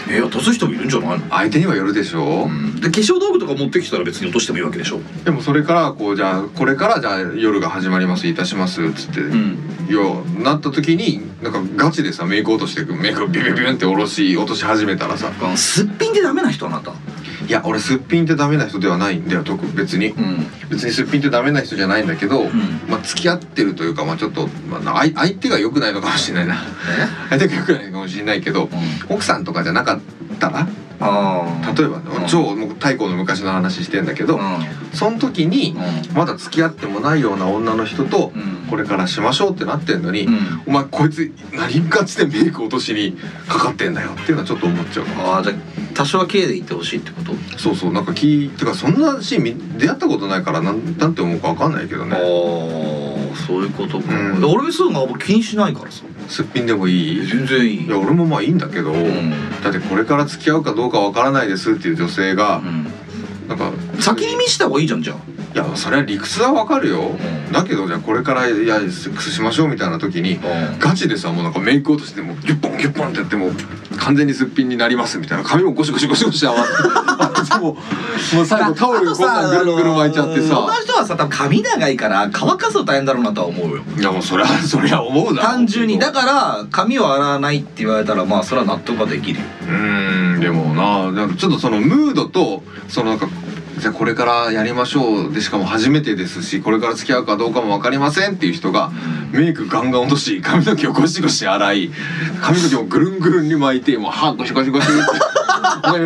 D: え落とす人もいるんじゃないの
C: 相手にはよるでしょ、
D: で化粧道具とか持ってきたら別に落としてもいいわけでしょ
C: でもそれからこうじゃあこれからじゃあ夜が始まりますいたしますっつって、
D: ん
C: ようなった時になんかガチでさメイク落としてくメイクをビュンビュンビュンって下ろし落とし始めたらさ
D: すっぴんでダメな人あなた
C: いや俺すっぴんってダメな人ではないんだよ特別に
D: うん
C: 別にすっぴんってダメな人じゃないんだけど、まあ付き合ってるというかまあちょっと、まあ、あい相手が良くないのかもしれないな 相手が良くないのかもしれないけど奥さんとかじゃなかったら
D: あ
C: 例えば、
D: うん
C: 超もう太古の昔の話してんだけど、その時にまだ付き合ってもないような女の人とこれからしましょうってなってんのに、お前こいつ何ガチでメイク落としにかかってんだよっていうのはちょっと思っちゃうか
D: あじゃあ多少は綺麗でいってほしいってこと
C: なそうそうなんか聞いてかそんなシーン見出会ったことないからなんなんて思うか分かんないけど
D: あ
C: ね
D: あそういうことか
C: うん
D: 俺そういうのあんま気にしないからさ
C: すっぴんでもいいい
D: 全然いい
C: や俺もまあいいんだけど、
D: うん
C: だってこれから付き合うかどうか分からないですっていう女性がなんか
D: 先に見せた方がいいじゃんじゃあ
C: いやそれは理屈は分かるよだけどじゃあこれからいやセックスしましょうみたいな時にガチでさもうなんかメイク落としてもうギュッポンギュッポンってやってもう完全にすっぴんになりますみたいな髪もゴシゴシゴシゴ シあわってもうもう最後タオルこんなんぐるんぐるん巻いちゃって
D: そんな
C: さ
D: 人はさ多分髪長いから乾かすの大変だろうなとは思うよ
C: いやもうそりゃそりゃ思うな
D: 単純にだから髪を洗わないって言われたらまあそれは納得ができるよ
C: うーんでもななんかちょっとそのムードとそのなんかじゃあこれからやりましょうでしかも初めてですしこれから付き合うかどうかも分かりませんっていう人がメイクガンガン落とし髪の毛をゴシゴシ洗い髪の毛をぐるんぐるんに巻いてもう歯ゴシゴシゴシってゴシゴ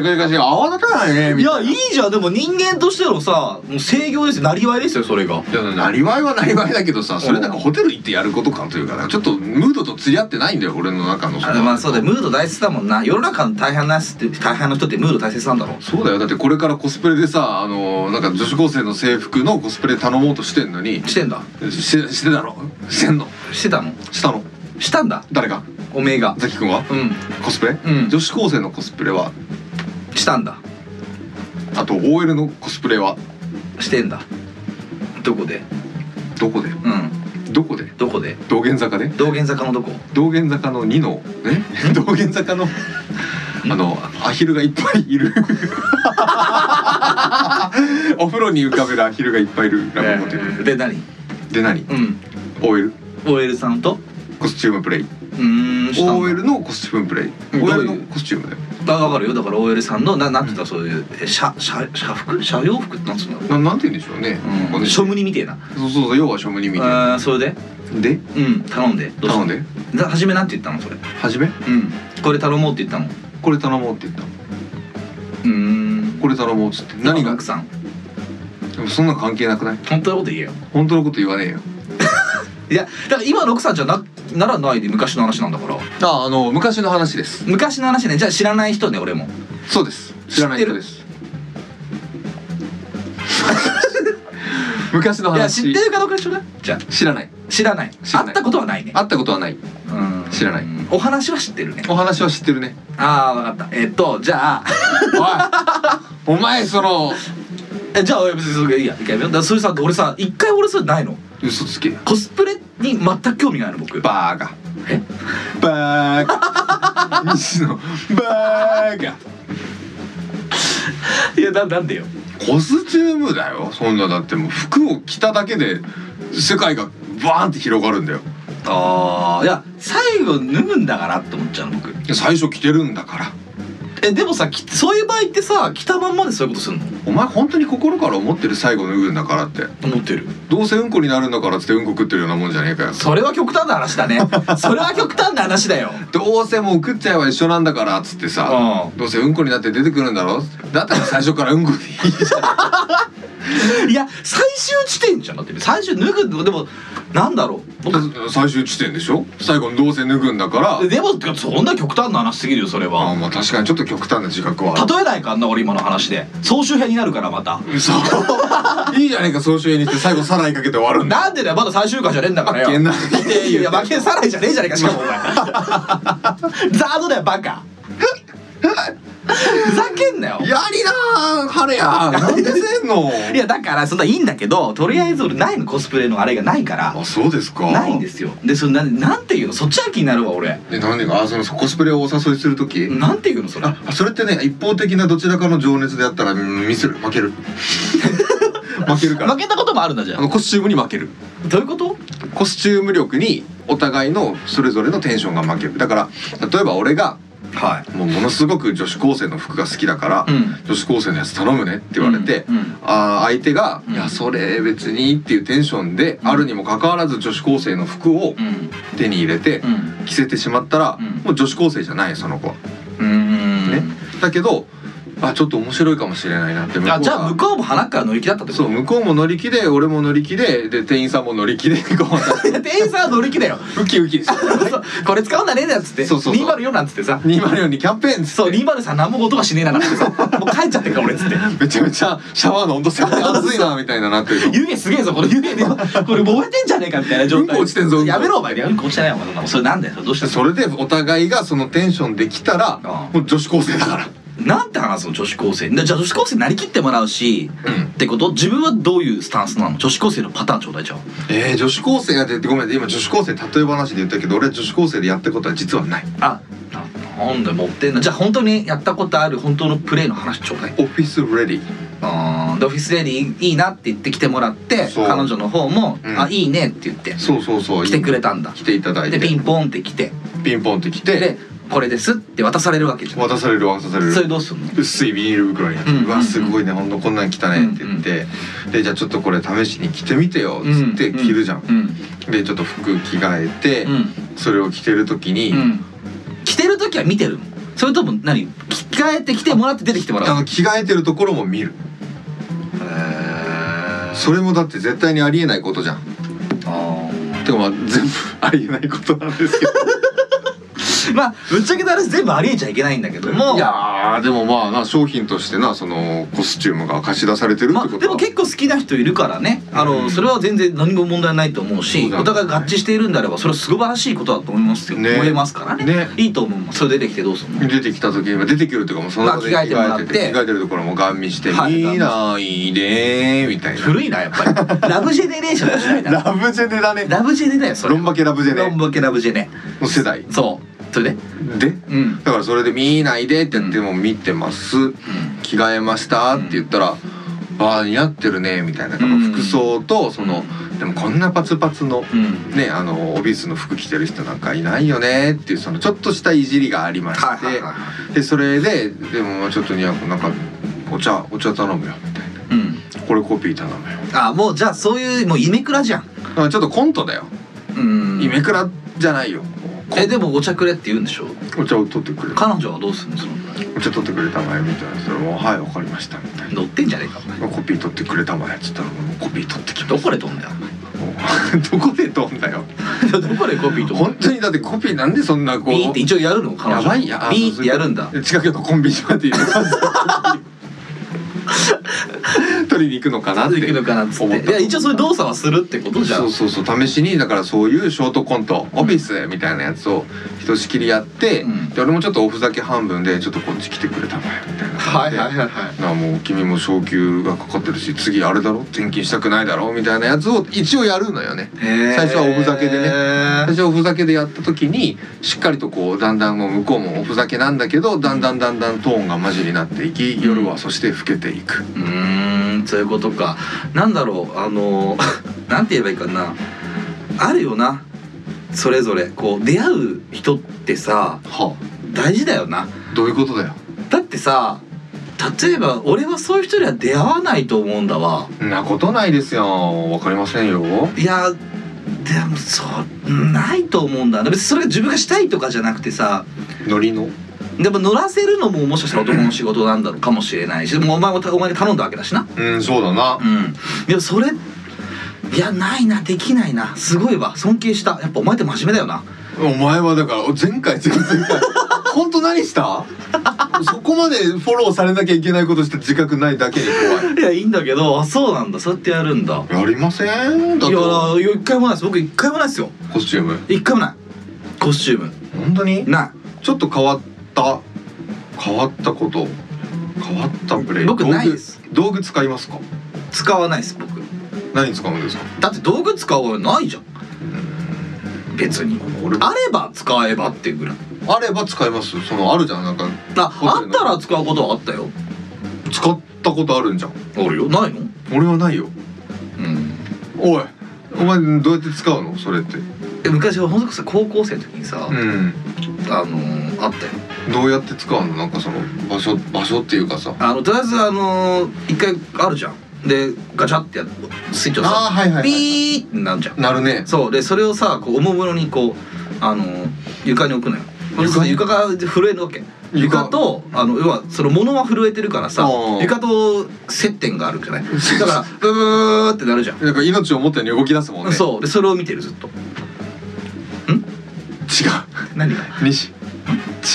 C: シゴシ泡立たないねみ
D: い
C: たい
D: やいいじゃんでも人間としてのさもう制御ですよなりわいですよそれが
C: ないやなりわいはなりわいだけどさそれなんかホテル行ってやることかというかなんかちょっとムードと釣り合ってないんだよ俺の中のそ
D: あ
C: の
D: まあそうだよムード大切だもんな世の中の大半な人って大半の人ってムード大切なんだろう
C: そうだよだってこれからコスプレでさあのなんか女子高生の制服のコスプレ頼もうとしてんのに
D: してんだ
C: してしてだろしてんの
D: してたの
C: したの
D: したんだ
C: 誰が
D: おめえが
C: ザキ君は
D: うん
C: コスプレ、
D: うん
C: 女子高生のコスプレは
D: したんだ
C: あと OL のコスプレは
D: してんだどこで
C: どこで
D: うん
C: どこで
D: どこで
C: 道玄坂で
D: 道玄坂のどこ
C: 道玄坂の2の え道玄坂のあのアヒルがいっぱい いるお風呂に浮かべるアヒルがいっぱいいるラブホテル、
D: で何
C: で何
D: うん
C: OL
D: OL さんと
C: コスチュームプレイ
D: うーんしたんだ
C: OL のコスチュームプレイ
D: うん
C: OL
D: どう
C: の
D: いう
C: コスチュームだよ
D: あわかるよだから OL さんのななんて言ったらそういうえ社社社服社洋服ってなんつうんだろう
C: ななんて言うんでしょうね、こ
D: う
C: の
D: ん庶務にみてえな
C: そうそうそう要は庶務にみたいな
D: あーそれで
C: で
D: うん頼んでどうした
C: 頼んで
D: だ初めなんて言ったのそれ
C: 初め
D: うんこれ頼もうって言ったのう
C: これ頼もうって言ったの
D: ーん
C: これ頼もうっつって何が
D: 奥さん
C: でもそんなの関係なくない
D: 本当のこと言えよ
C: 本当のこと言わねえよ
D: いやだから今の奥さんじゃなならないで昔の話なんだから
C: ああの昔の話です
D: 昔の話ねじゃあ知らない人ね俺も
C: そうです知らない
D: 知って
C: 人
D: る
C: です 昔の
D: いや
C: 話
D: 知ってるかどうか一緒だじゃあ
C: 知らない
D: 知らない
C: 知らな
D: 会
C: い
D: ったことはないね
C: 会ったことはない
D: うん
C: 知らない
D: お話は知ってるね
C: お話は知ってるね
D: ああわかったえっとじゃあ
C: おいお前その
D: えじゃあ俺別にそれいいや一回やめようだからそれさ俺さ一回俺それないの
C: 嘘つけ
D: コスプレに全く興味がないの僕
C: バーガ
D: え
C: バーガ 西野バーガ
D: いやななんでよ
C: コスチュームだよそんなだってもう服を着ただけで世界がバーンって広がるんだよ
D: ああいや最後脱ぐんだからって思っちゃうの僕
C: 最初着てるんだから
D: えでもさきそういう場合ってさ着たまんまでそういうことするの
C: お前本当に心から思ってる最後脱ぐんだからって
D: 思ってる
C: どうせうんこになるんだからっつってうんこ食ってるようなもんじゃねえかよ
D: それは極端な話だねそれは極端な話だよ
C: どうせもう食っちゃえば一緒なんだからっつってさ
D: う
C: どうせうんこになって出てくるんだろだったら最初からうんこでいいじゃん
D: いや最終地点じゃんだって最終脱ぐでもなんだろう僕
C: 最終地点でしょ最後にどうせ脱ぐんだから
D: でもそんな極端な話すぎるよそれ
C: ああ
D: は
C: まあ確かにちょっと極端な自覚はある
D: 例えないかあんな俺今の話で総集編になるからまた
C: そういいじゃねえか総集編にして最後サライかけて終わるんだ
D: なんでだよまだ最終回じゃねえんだからよ
C: 負けない
D: い やいや負けさないじゃねえじゃねえかしかもお前ザードだよバ カふざけんなよ
C: やりなー晴れやなんでせんの
D: いやだからそんないいんだけどとりあえず俺ないのコスプレのあれがないから
C: あそうですか
D: ないんですよでそれななんていうのそっちが気になるわ俺
C: え何でかあそのコスプレをお誘いする時
D: なんていうのそれ
C: あそれってね一方的などちらかの情熱でやったらうんミスる負 ける負けるから
D: 負けたこともあるんだじゃ
C: あ
D: ん
C: のコスチュームに負ける
D: どういうこと
C: コスチューム力にお互いのそれぞれのテンションが負けるだから例えば俺が
D: は
C: もうものすごく女子高生の服が好きだから、
D: うん
C: 女子高生のやつ頼むねって言われて、
D: うんうん
C: あー相手が「
D: うん
C: いやそれ別に」っていうテンションで、あるにもかかわらず女子高生の服を
D: うん
C: 手に入れて、
D: うん
C: 着せてしまったら、
D: うん
C: もう女子高生じゃないその子は。
D: うん
C: ね、だけどあちょっと面白いかもしれないなって向こう
D: あじゃあ
C: が
D: 向こうも鼻から乗り気だったってこ
C: そう向こうも乗り気で俺も乗り気でで店員さんも乗り気で こ
D: といや 店員さんは乗り気だよ
C: うウキウキして
D: そうこれ使うんだねえなんつって
C: そうそうそう
D: 204なんつってさ
C: 204にキャンペーンっつ
D: そう203何も音がしねえななんつって さもう帰っちゃってるから俺っつって
C: めちゃめちゃシャワーの温度設定熱いなみたいななってる
D: 湯気すげえぞこの湯気 でこれ燃えてんじゃねえかみたいな状態
C: うんこ落ちてんぞ
D: やめろお前うんこ落ちてないよお前そんなもんそれなんだよそれどうしたの
C: それでお互いがそのテンションできたら
D: あ
C: もう女子高生だから
D: なんて話すの女子高生でじゃあ女子高生になりきってもらうし、ってこと自分はどういうスタンスなの女子高生のパターンちょうだいじゃん
C: えー、女子高生が出てごめん今女子高生例え話で言ったけど俺は女子高生でやったことは実はない
D: あななんで持ってんのじゃあ本当にやったことある本当のプレイの話ちょうだい
C: オフィスレディ
D: あーでオフィスレディいいなって言って来てもらって
C: そう
D: 彼女の方も「
C: うん
D: あいいね」って言って
C: そうそうそう
D: 来てくれたんだ
C: 来ていただい
D: で
C: て
D: ピ
C: ピン
D: ンポンって来て
C: ポンって来て
D: で「これです」って渡されるわけじゃん
C: 渡される渡される
D: それどうすんの
C: 薄いビニール袋になって「
D: うん
C: うわすごいねほんとこんなん来たね」って言って「でじゃあちょっとこれ試しに着てみてよ」っつって着るじゃん。
D: うん
C: でちょっと服着替えて、
D: うん
C: それを着てる時に、
D: うん着てる時は見てるのそれとも何着替えてきてもらって出てきてもら
C: あ
D: う
C: の着替えてるところも見る。
D: あ
C: それもだって絶対にありえないことじゃん。
D: ー
C: てかまあ全部 ありえないことなんですけど。
D: まあぶっちゃけた話全部ありえちゃいけないんだけども
C: いやーでもまあな商品としてなそのコスチュームが貸し出されてるっ
D: まあ、
C: てこと
D: で
C: は、
D: も結構好きな人いるからねあの、
C: うん
D: それは全然何も問題ないと思うし
C: そうだね
D: お互い合致しているんであればそれは素晴らしいことだと思いますよ、
C: ね
D: 思いますからね
C: ね
D: いいと思うもんそれ出てきてどうするの
C: 出てきた時に出てくるというかもうその場で着
D: まあ着替えてもら
C: 替
D: っ
C: え
D: て
C: てて着替えてるところもガン見して「
D: はい
C: 見ないで」みたいな。
D: 古いなやっぱ りラブジェネレーションじゃないな
C: ラブジェネだね。
D: ラブジェネだよそれ
C: ロンバケラブジェ
D: ロン
C: ネ
D: バケラブジェネ
C: の世代
D: そうそれで
C: で
D: うん
C: だからそれで「見ないで」って言っても「見てます」「着替えました」って言ったら「ああ似合ってるね」みたいなだから
D: うん
C: 服装とそのでもこんなパツパツの
D: うん
C: ねあのオフィスの服着てる人なんかいないよねっていうそのちょっとしたいじりがありまして、
D: はいはいはいは
C: でそれででもまあちょっとにやこなんかお茶お茶頼むよみたい
D: いうん
C: なこれコピー頼むよ
D: あもうじゃあそういうもうイメクラじゃん
C: あちょっとコントだよ、
D: うん
C: イメクラじゃないよ
D: えでもお茶くれって言うんでしょ
C: お茶を取ってくれ
D: 彼女はどうするのその
C: お茶取ってくれたまえみたいなそれもはいわかりましたみたいな
D: 乗ってんじゃねえかお前
C: コピー取ってくれたまえっつったらもうコピー取ってきま
D: ど
C: す
D: こで飛んだよ
C: どこで飛んだよ
D: どこでコピーと
C: 本当にだってコピーなんでそんなこう
D: ビーって一応やるの彼女
C: やばいや
D: ビーってやるんだ
C: 近くのコンビニまで行く 取りに行くのかなって
D: できるのかなっつっ
C: 思っ
D: い
C: て
D: や一応そういう動作はするってことじゃ
C: そ
D: ん
C: うそうそう試しにだからそういうショートコント、オフィスみたいなやつをひとしきりやって、
D: うん
C: で俺もちょっとおふざけ半分でちょっとこっち来てくれたまえみたいな
D: はいはいはいはい
C: なあもう君も昇給がかかってるし次あれだろ転勤したくないだろみたいなやつを一応やるのよね最初はおふざけでね
D: ね
C: 最初おふざけでやった時にしっかりとこうだんだんもう向こうもおふざけなんだけどだんだんだんだんトーンが混じりになっていき夜はそして老けていく、
D: うーんそういうことかなんだろうあの なんて言えばいいかなあるよなそれぞれこう出会う人ってさ
C: は
D: 大事だよな
C: あどういうことだよ
D: だってさ例えば俺はそういう人には出会わないと思うんだわ
C: んなことないですよわかりませんよ
D: いやでもそうないと思うんだ別にそれが自分がしたいとかじゃなくてさ
C: ノリの
D: でも乗らせるのももしかしたら男の仕事なんだろうかもしれないしでもお前もお前で頼んだわけだしな
C: うんそうだな
D: うんでもそれいやないなできないなすごいわ尊敬したやっぱお前って真面目だよな
C: お前はだから前回前々 回本当何したそこまでフォローされなきゃいけないことして自覚ないだけに
D: いやいいんだけどあそうなんだそうやってやるんだ
C: 怖いやりません
D: い
C: だ
D: や
C: って
D: いや一回もないです僕一回もないですよ
C: コスチューム
D: 一回もないコスチューム
C: 本当に
D: な
C: ちょっと変わった変わったこと変わったプレイ
D: 僕ないです
C: 道具道具使いますか
D: い使わないです僕
C: 何使うんですか
D: だって道具使うことないじゃん別に
C: 俺
D: あれば使えばっていうぐらい
C: あれば使いますそのあるじゃんなんか
D: あ
C: ホ
D: あ
C: テル
D: っ
C: の
D: たら使うことはあったよ
C: 使ったことあるんじゃん
D: あるよないの
C: 俺はないよ
D: うん
C: おいお前どうやって使うのそれって
D: え昔ほんとさ高校生の時にさ、
C: うん
D: あのーあったよ
C: どうやって使うのなんかその場所場所っていうかさ
D: あのとりあえずあのー一回あるじゃんでガチャってやっスイッチをさ
C: あーはいはい、はい、
D: ビーってなるじゃん
C: なるね
D: そうでそれをさこうおもむろにこうあのー床に置くのよ
C: 床
D: 床床が震えるわけ
C: 床
D: 床とあの要はその物は震えてるからさ
C: あー
D: 床と接点がある じゃないだからブーブーってなるじゃん、
C: なんか命を持ったように動き出すもんねう
D: そうでそれを見てるずっと
C: 違
D: 何が
C: う西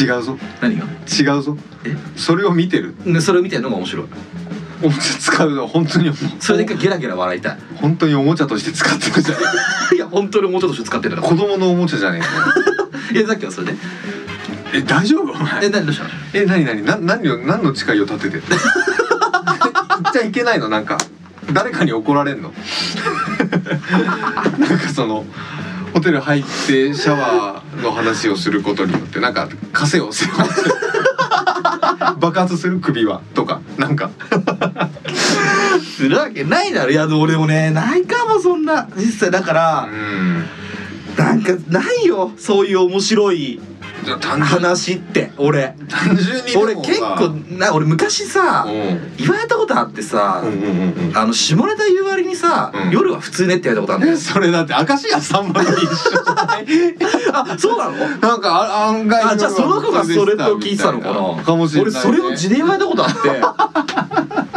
C: 違うぞ
D: 何が
C: 違うぞ
D: え
C: それを見てる
D: でそれを見てるのが面白い
C: おもちゃ使うのは本当に思う
D: それで一回ゲラゲラ笑いたい
C: 本当におもちゃとして使ってるじゃん
D: いや本当にもうちょっとして使ってるから
C: 子供のおもちゃじゃねえか
D: いやさっきはそれで
C: え大丈夫お前
D: え何どうしたの
C: え何何な何を何の誓いを立 てて言っちゃいけないのなんか誰かに怒られん のなんかそのホテル入ってシャワーの話をすることによってなんか枷を背負 う爆発する首はとかなんか
D: するわけないだろいやでも俺もねないかもそんな実際だから
C: うん
D: なんかないよそういう面白い
C: じゃあ単純
D: 話って俺
C: 単純に
D: 俺結構な俺昔さ
C: うん
D: 言われたことあってさ、
C: うんうんうんうん
D: あの下ネタ言う割にさ、
C: うん
D: 夜は普通ねって言われたことあ るんだよ
C: それだって明石家さんまと一緒じゃない
D: あそうなの
C: なんかあ案外
D: あじゃあその子がそれと聞いてたの
C: み
D: か
C: い
D: な
C: かもしれない、ね、
D: 俺それを自伝言われたことあっ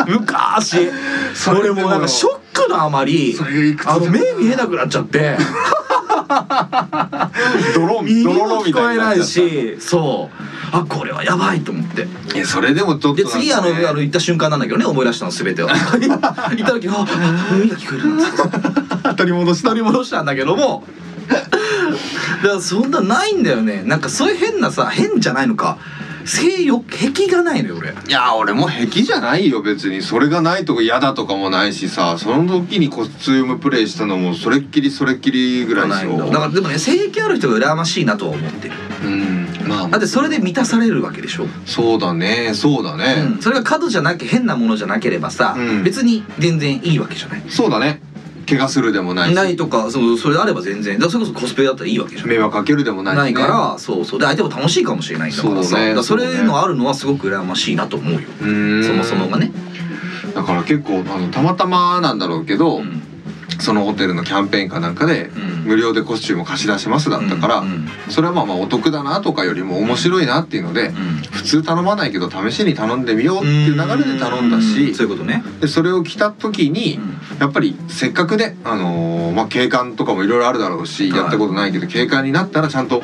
D: て昔
C: それで
D: 俺
C: も
D: もなんかショックのあまり
C: それがいくつ
D: あの目見えなくなっちゃって
C: ドローン
D: 耳
C: ドロロ
D: も
C: み
D: 聞
C: た
D: こ
C: い
D: え
C: にな
D: な
C: っちゃ
D: いし
C: った
D: そうあこれはやばいと思って
C: いやそれでもちょっと
D: で次あのあの行った瞬間なんだけどね思い出したの全てを行った時ああ耳が聞こえる
C: 取り戻し
D: 取り戻したんだけどもだからそんなないんだよねなんかそういう変なさ変じゃないのか性欲癖がないのよ俺
C: いや俺もう癖じゃないよ別にそれがないとか嫌だとかもないしさその時にコスチュームプレイしたのもそれっきりそれっきりぐらいで
D: な
C: し
D: いんだ
C: ょ
D: だからでもね性癖ある人が羨ましいなとは思ってる
C: うんまあ
D: だってそれで満たされるわけでしょ、
C: そうだねそうだね、
D: それが過度じゃなきゃ変なものじゃなければさ、
C: うん
D: 別に全然いいわけじゃない
C: そうだね怪我するでもないし
D: ないとかそのそれあれば全然だからそれこそコスプレだったらいいわけじゃん
C: 迷惑かけるでもないしね
D: ないからそうそうで相手も楽しいかもしれないんだから
C: そ
D: さ
C: うね
D: だからそれ
C: そうね
D: のあるのはすごく羨ましいなと思うよ
C: うーん
D: そもそもがね
C: だから結構あのたまたまなんだろうけど、
D: うん
C: そのホテルのキャンペーンかなんかで、
D: うん
C: 無料でコスチューム貸し出しますだったから、
D: うんうん
C: それはまあまあお得だなとかよりも面白いなっていうので、普通頼まないけど試しに頼んでみようっていう流れで頼んだ
D: う
C: し
D: そういうことね
C: でそれを着た時にやっぱりせっかくね、あのーまあ、警官とかもいろいろあるだろうし、
D: はい
C: やったことないけど警官になったらちゃんと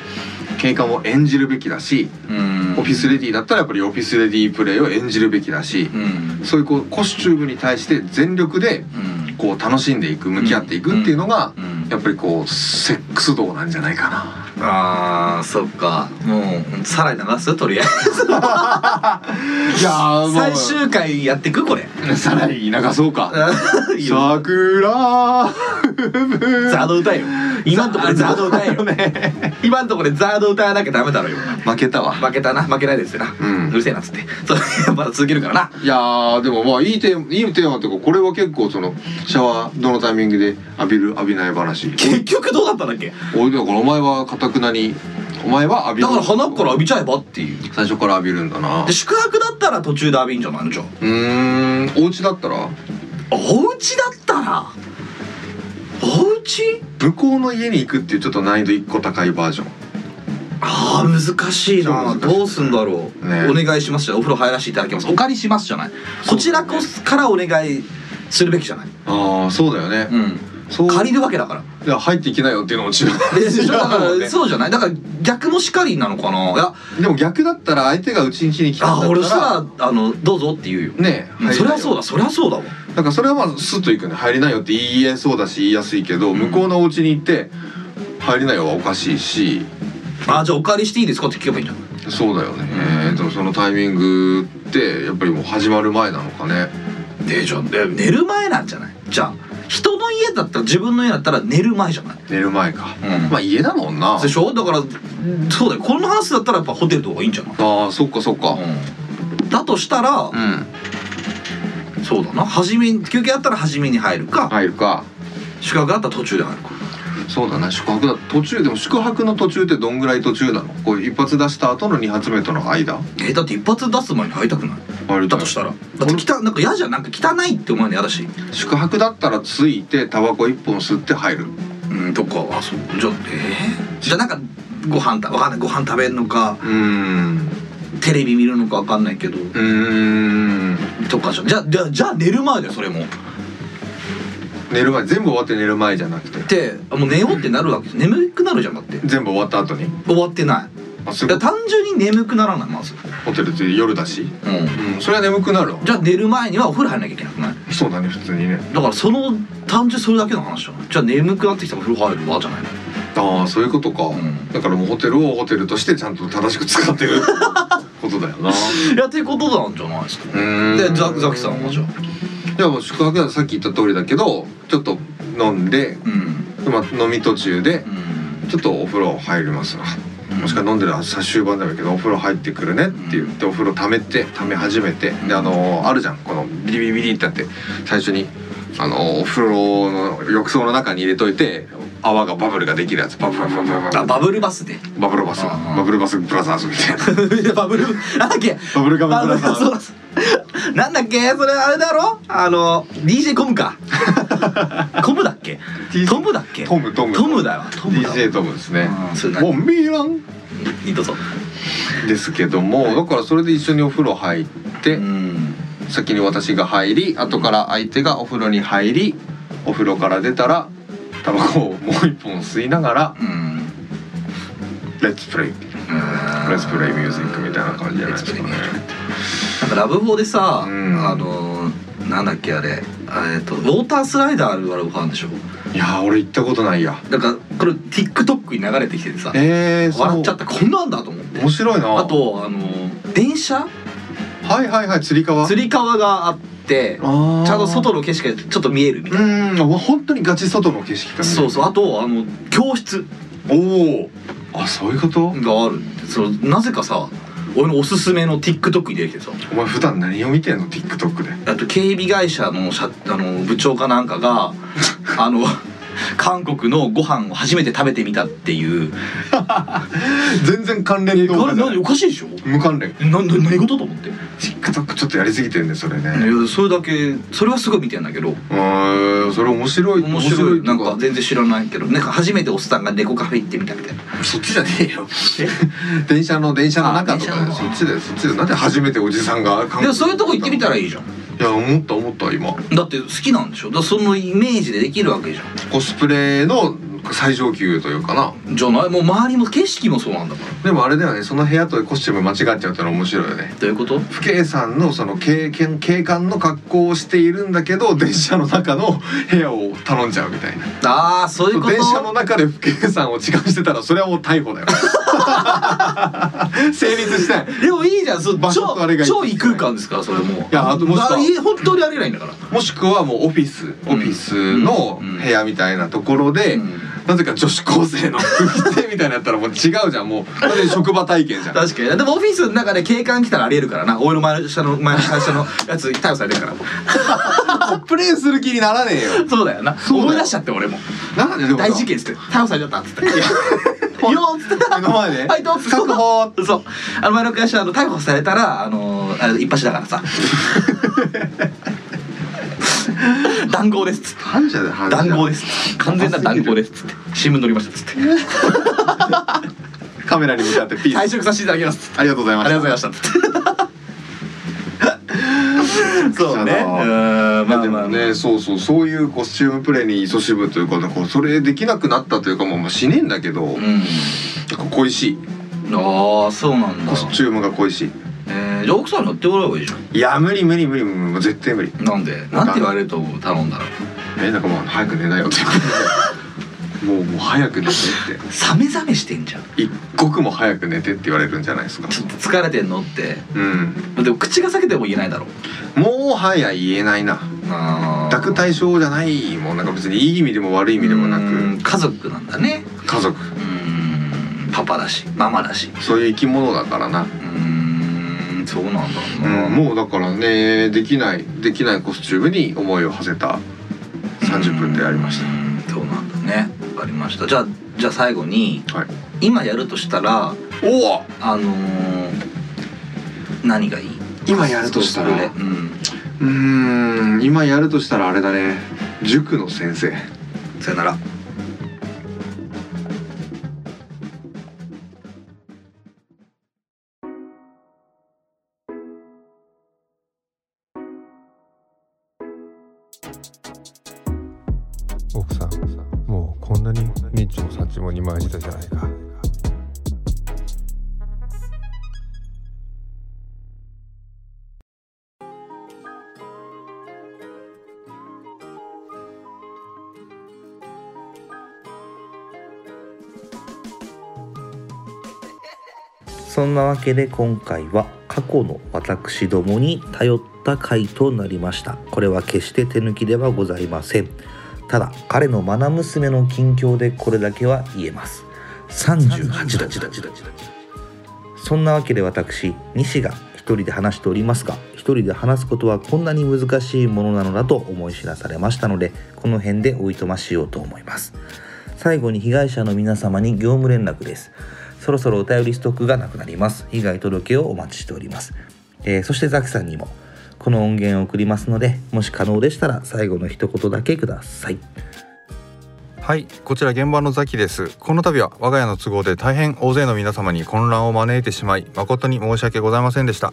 C: 警官を演じるべきだし、
D: うん
C: オフィスレディーだったらやっぱりオフィスレディープレイを演じるべきだし、
D: うん
C: そういうこうコスチュームに対して全力で
D: うん
C: こう楽しんでいく向き合っていくっていうのが、
D: うん
C: やっぱりこうセックス道なんじゃないか
D: あ
C: な。
D: ーそっかもうさらに流すとりあえず
C: いやー
D: 最終回やってく これ
C: さらに流そうか。
D: いいよザ
C: 桜
D: ード歌えよ今んとこでザード歌えよ今んとこでザード歌わなきゃダメだろよ
C: 負けたわ。
D: 負けたな負けないですよな、う
C: うん
D: るせえなっつってそうまだ続けるからない
C: やーでもまあいいテーマいいテーマっていうかこれは結構そのシャワーどのタイミングで浴びる浴びない話
D: 結局どうだったんだっけ
C: おいだからお前はかたくなにお前は浴び
D: だ
C: る
D: から花っから浴びちゃえばっていう
C: 最初から浴びるんだな
D: で宿泊だったら途中で浴びんじゃないのじゃあ
C: うーんお家だったら
D: お家だったらお家
C: 向こうの家に行くっていうちょっと難易度一個高いバージョン
D: あー難しいな
C: そう難しい
D: どうすんだろう、
C: ね
D: お願いしますじゃあお風呂入らせていただきますお借りしますじゃない、こちらこそからお願いするべきじゃない、
C: ああそうだよね、
D: うん、
C: そう
D: 借りるわけだから
C: いや入っていけないよっていうのも違 う
D: でしょだか
C: 違うもんね
D: らそうじゃないだから逆もしかりなのかないや
C: でも逆だったら相手がうちん家に来たん
D: あ
C: だっ
D: 俺
C: たら
D: さあのどうぞって言うよ、
C: ねえ
D: そりゃそうだそりゃそうだわ
C: だからそれはまあスッと行くね入れないよって言えそうだし言いやすいけど、
D: ん
C: 向こうのお家に行って入れないよはおかしいし
D: あじゃあお借りしていいですかって聞けばいいんじゃない
C: そうだよね、でもそのタイミングってやっぱりもう始まる前なのかね
D: でじゃあで寝る前なんじゃないじゃあ人の家だったら自分の家だったら寝る前じゃない
C: 寝る前か、
D: うん
C: まあ家だもんな
D: でしょだからそうだよこの話だったらやっぱホテルとかいいんじゃない、
C: ああそっかそっか
D: だとしたら、
C: うん
D: そうだな初めに休憩あったら初めに入るか、
C: 入るか
D: 宿泊だったら途中で入るか
C: そうだね宿泊だ途中でも宿泊の途中ってどんぐらい途中なのこう一発出した後の二発目との間
D: えだって一発出す前に入りたくない
C: 割
D: だとしたらだって汚なんか嫌じゃんなんか汚いって思うの嫌だし
C: 宿泊だったらついてタバコ一本吸って入る
D: うんとかあそうじゃあえーじゃあなんかご飯たわかんないご飯食べるのか
C: うーん
D: テレビ見るのかわかんないけど
C: うーん
D: とかじゃんじゃあじゃあじゃあ寝る前だよそれも
C: 寝る前全部終わって寝る前じゃなくて
D: であもう寝ようってなるわけじゃん眠くなるじゃんだって
C: 全部終わった後に
D: 終わってない
C: あす
D: だ
C: ぐ
D: から単純に眠くならないまず、
C: ホテルって夜だし
D: うん、
C: うんそれは眠くなるわ
D: じゃあ寝る前にはお風呂入らなきゃいけなくない
C: そうだね普通にね
D: だからその単純それだけの話じゃないじゃあ眠くなってきたらお風呂入るわじゃないの
C: ああそういうことか、
D: ん
C: だからもうホテルをホテルとしてちゃんと正しく使っ てることだよない
D: やっていうことなんじゃないですか
C: ーん
D: でザザキさんはじゃあ
C: でもう宿泊だとさっき言った通りだけどちょっと飲んで、
D: うん
C: まあ、飲み途中で
D: うん
C: ちょっとお風呂入りますわもしくは飲んでる朝終盤でもいいけどお風呂入ってくるねって言ってお風呂溜めて溜め始めてであのーあるじゃんこのビリビリビリってやって最初にあのーお風呂の浴槽の中に入れといて泡がバブルができるやつバブバブバブバブ
D: あバブルバスで
C: バブルバス
D: あー
C: バブルバスブラザーズみたいな
D: バブルなんだっけ
C: バブルガム
D: バ
C: ブ
D: ブ
C: ラ
D: ル
C: ザー
D: バ
C: ズ
D: スなんだっけそれあれだろあの DJ コム かコムだっけ
C: DJ
D: トムだっけ
C: トムトム
D: トムだよトムだわ
C: DJ トムですね
D: うんそれ何
C: ボンビーラン
D: いいどうぞ
C: ですけどもだからそれで一緒にお風呂入って
D: うん
C: 先に私が入り後から相手がお風呂に入りお風呂から出たらタバコをもう一本吸いながら
D: うん
C: 「レッツプレイ」「レッツプレイミュージック」みたいな感じじゃないですか
D: Let's
C: ね
D: play music なんかラブホでさ、
C: うん
D: あのーなんだっけあれあえっとウォータースライダーあるラブホあるでしょ
C: いやー俺行ったことないや
D: だからこれ TikTok に流れてきててさ
C: えー、そう
D: 笑っちゃったこんなんだと思って
C: 面白いな
D: あとあのー電車
C: はいはいはいつり革
D: つり革があって
C: あー
D: ちゃんと外の景色がちょっと見えるみ
C: う
D: たいな、
C: ーん本当にガチ外の景色か
D: そうそうあとあの教室
C: おおあそういうこと
D: があるんでそのなぜかさ俺のおすすめの TikTok に出てきてさ
C: お前普段何を見てんの TikTok で
D: あと警備会社の社あの部長かなんか があの韓国のご飯を初めて食べてみたっていう
C: 全然関連動
D: あ
C: 画
D: れ
C: じゃ
D: 何
C: ない
D: おかしいでしょ
C: 無関連
D: なな何事と思ってい
C: TikTok ちょっとやりすぎてんねそれね
D: やそれだけそれはすごい見てんだけど
C: うーんそれ面白い
D: 面白い
C: と
D: なんか全然知らないけどなんか初めておっさんが猫カフェ行ってみたみたいな
C: そっちじゃねえよ 電車の電車の中と
D: あ
C: かで
D: 電車
C: そ
D: の
C: っちでそっちでなんで初めておじさんが
D: でもそういうとこ行ってみたら
C: い
D: いいじゃん
C: いや思った思った今
D: だって好きなんでしょだからそのイメージでできるわけじゃん
C: コスプレの最上級というかな
D: じゃないもう周りも景色もそうなんだから
C: でもあれだよねその部屋とコスチューム間違っちゃうってのは面白いよね
D: どういうこと
C: 父兄さんのその経験警官の格好をしているんだけど電車の中の部屋を頼んじゃうみたいな
D: ああそういうこと
C: 電車の中で父兄さんを痴漢してたらそれはもう逮捕だよ 成立したい
D: でもいいじゃんそう
C: 場所
D: 超
C: とあれがいい
D: 超異空間ですからそれも
C: いやあともしくは
D: あいえ本当にありえないんだから
C: もしくはもうオフィスオフィスの部屋みたいなところで、
D: うん
C: なぜか女子高生の服着てみたいなやったらもう違うじゃんもう完全に職場体 験じゃん
D: 確かにでもオフィスの中で警官来たらありえるからな俺の前の下の前の会社のやつ逮捕されてるから
C: プレイする気にならねえよ
D: そうだよな
C: うだよ
D: 思い出しちゃって俺も
C: なんででも
D: 大事件っつって逮捕されちゃったっつって「い やいや」っつって
C: 目の前で
D: はいどうぞ
C: 確保
D: そうあの前の会社あの逮捕されたらあのあの一発だから さ談合ですっつって
C: 反射で反射
D: 談合ですっつって完全な談合ですっつって新聞載りましたっつって
C: カメラに向かってピー
D: 退
C: ス
D: 職させていただきますっつって
C: ありがとうございま
D: あ
C: し
D: り
C: た
D: がとうございましたっつって そうねう
C: めちゃくちゃだわ
D: ーんまあ
C: で
D: まあ
C: もねそうそうそういうコスチュームプレイに勤しむというかなんかそれできなくなったというかもうもうしねえんだけど、
D: う
C: なん
D: ん
C: か恋しい
D: ああそうなんだ
C: コスチュームが恋しい
D: えー、じゃあ奥さんに乗ってもらえばいいじゃ
C: いや無理無理無理無理もう絶対無理
D: んなんでなんて言われると思う頼んだら
C: え なんかもう早く寝なよって言われてもうもう早く寝てっ
D: 冷め冷めしてんじゃん
C: て一刻も早く寝てって言われるんじゃないですか
D: ちょっと疲れてんのって
C: うん
D: でも口が裂けても言えないだろう
C: もはや言えないな
D: あー
C: 濁対象じゃないもんなんか別にいい意味でも悪い意味でもな
D: うーん
C: く
D: 家族なんだね
C: 家族
D: うーんパパだしママだし
C: そういう生き物だからな
D: うーんそうなんだろうな、
C: うん、もうだからねできないできないコスチュームに思いを馳せた30分でありました
D: うーんそうなんだねわかりましたじゃあじゃあ最後に、
C: はい
D: 今やるとしたら
C: おお
D: あのー、何がいい
C: 今やるとしたら
D: コスプレうん
C: うーん今やるとしたらあれだね塾の先生
D: さよなら
K: 奥さんもうこんなにニッチもサッチも二枚舌じゃないか
A: そんなわけで今回は過去の私どもに頼った回となりました。これは決して手抜きではございません。ただ彼の愛娘の近況でこれだけは言えます。38度。そんなわけで私西が一人で話しておりますが一人で話すことはこんなに難しいものなのだと思い知らされましたのでこの辺でおいとましようと思います最後に被害者の皆様に業務連絡ですそろそろお便りストックがなくなります被害届をお待ちしております、えーそしてザキさんにもこの音源を送りますのでもし可能でしたら最後の一言だけください
L: はいこちら現場のザキですこの度は我が家の都合で大変大勢の皆様に混乱を招いてしまい誠に申し訳ございませんでした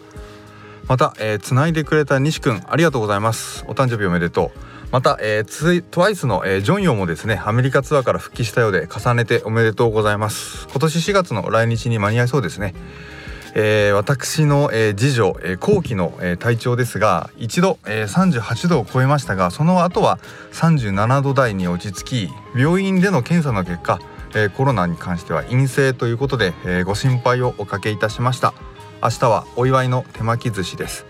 L: また、えー、繋いでくれた西くんありがとうございますお誕生日おめでとうまた、えー、ツイトワイスの、えージョンヨもですねアメリカツアーから復帰したようで重ねておめでとうございます今年4月の来日に間に合いそうですねえー私の、えー次女、えー後期の、えー体調ですが一度、えー38度を超えましたがその後は37度台に落ち着き病院での検査の結果、えーコロナに関しては陰性ということで、えーご心配をおかけいたしました明日はお祝いの手巻き寿司です、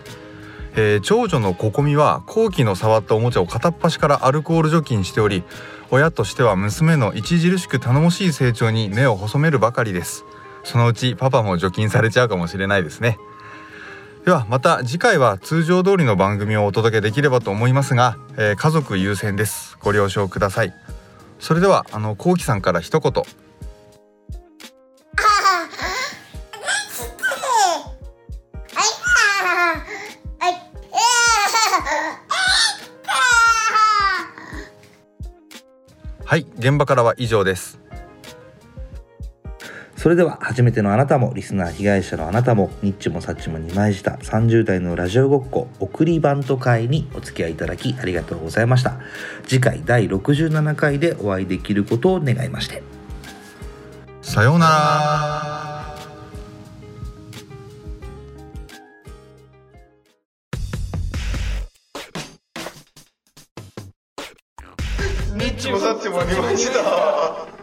L: えー長女のここみは後期の触ったおもちゃを片っ端からアルコール除菌しており親としては娘の著しく頼もしい成長に目を細めるばかりです
C: そのうちパパも除菌されちゃうかもしれないですねではまた次回は通常通りの番組をお届けできればと思いますが、えー家族優先ですご了承くださいそれではあのこうきさんから一言はい現場からは以上です
A: それでは初めてのあなたもリスナー被害者のあなたもニッチもサッチも二枚舌30代のラジオごっこ送りバント会にお付き合いいただきありがとうございました次回第67回でお会いできることを願いまして
C: さようなら。
B: ニッチもサッチもありました。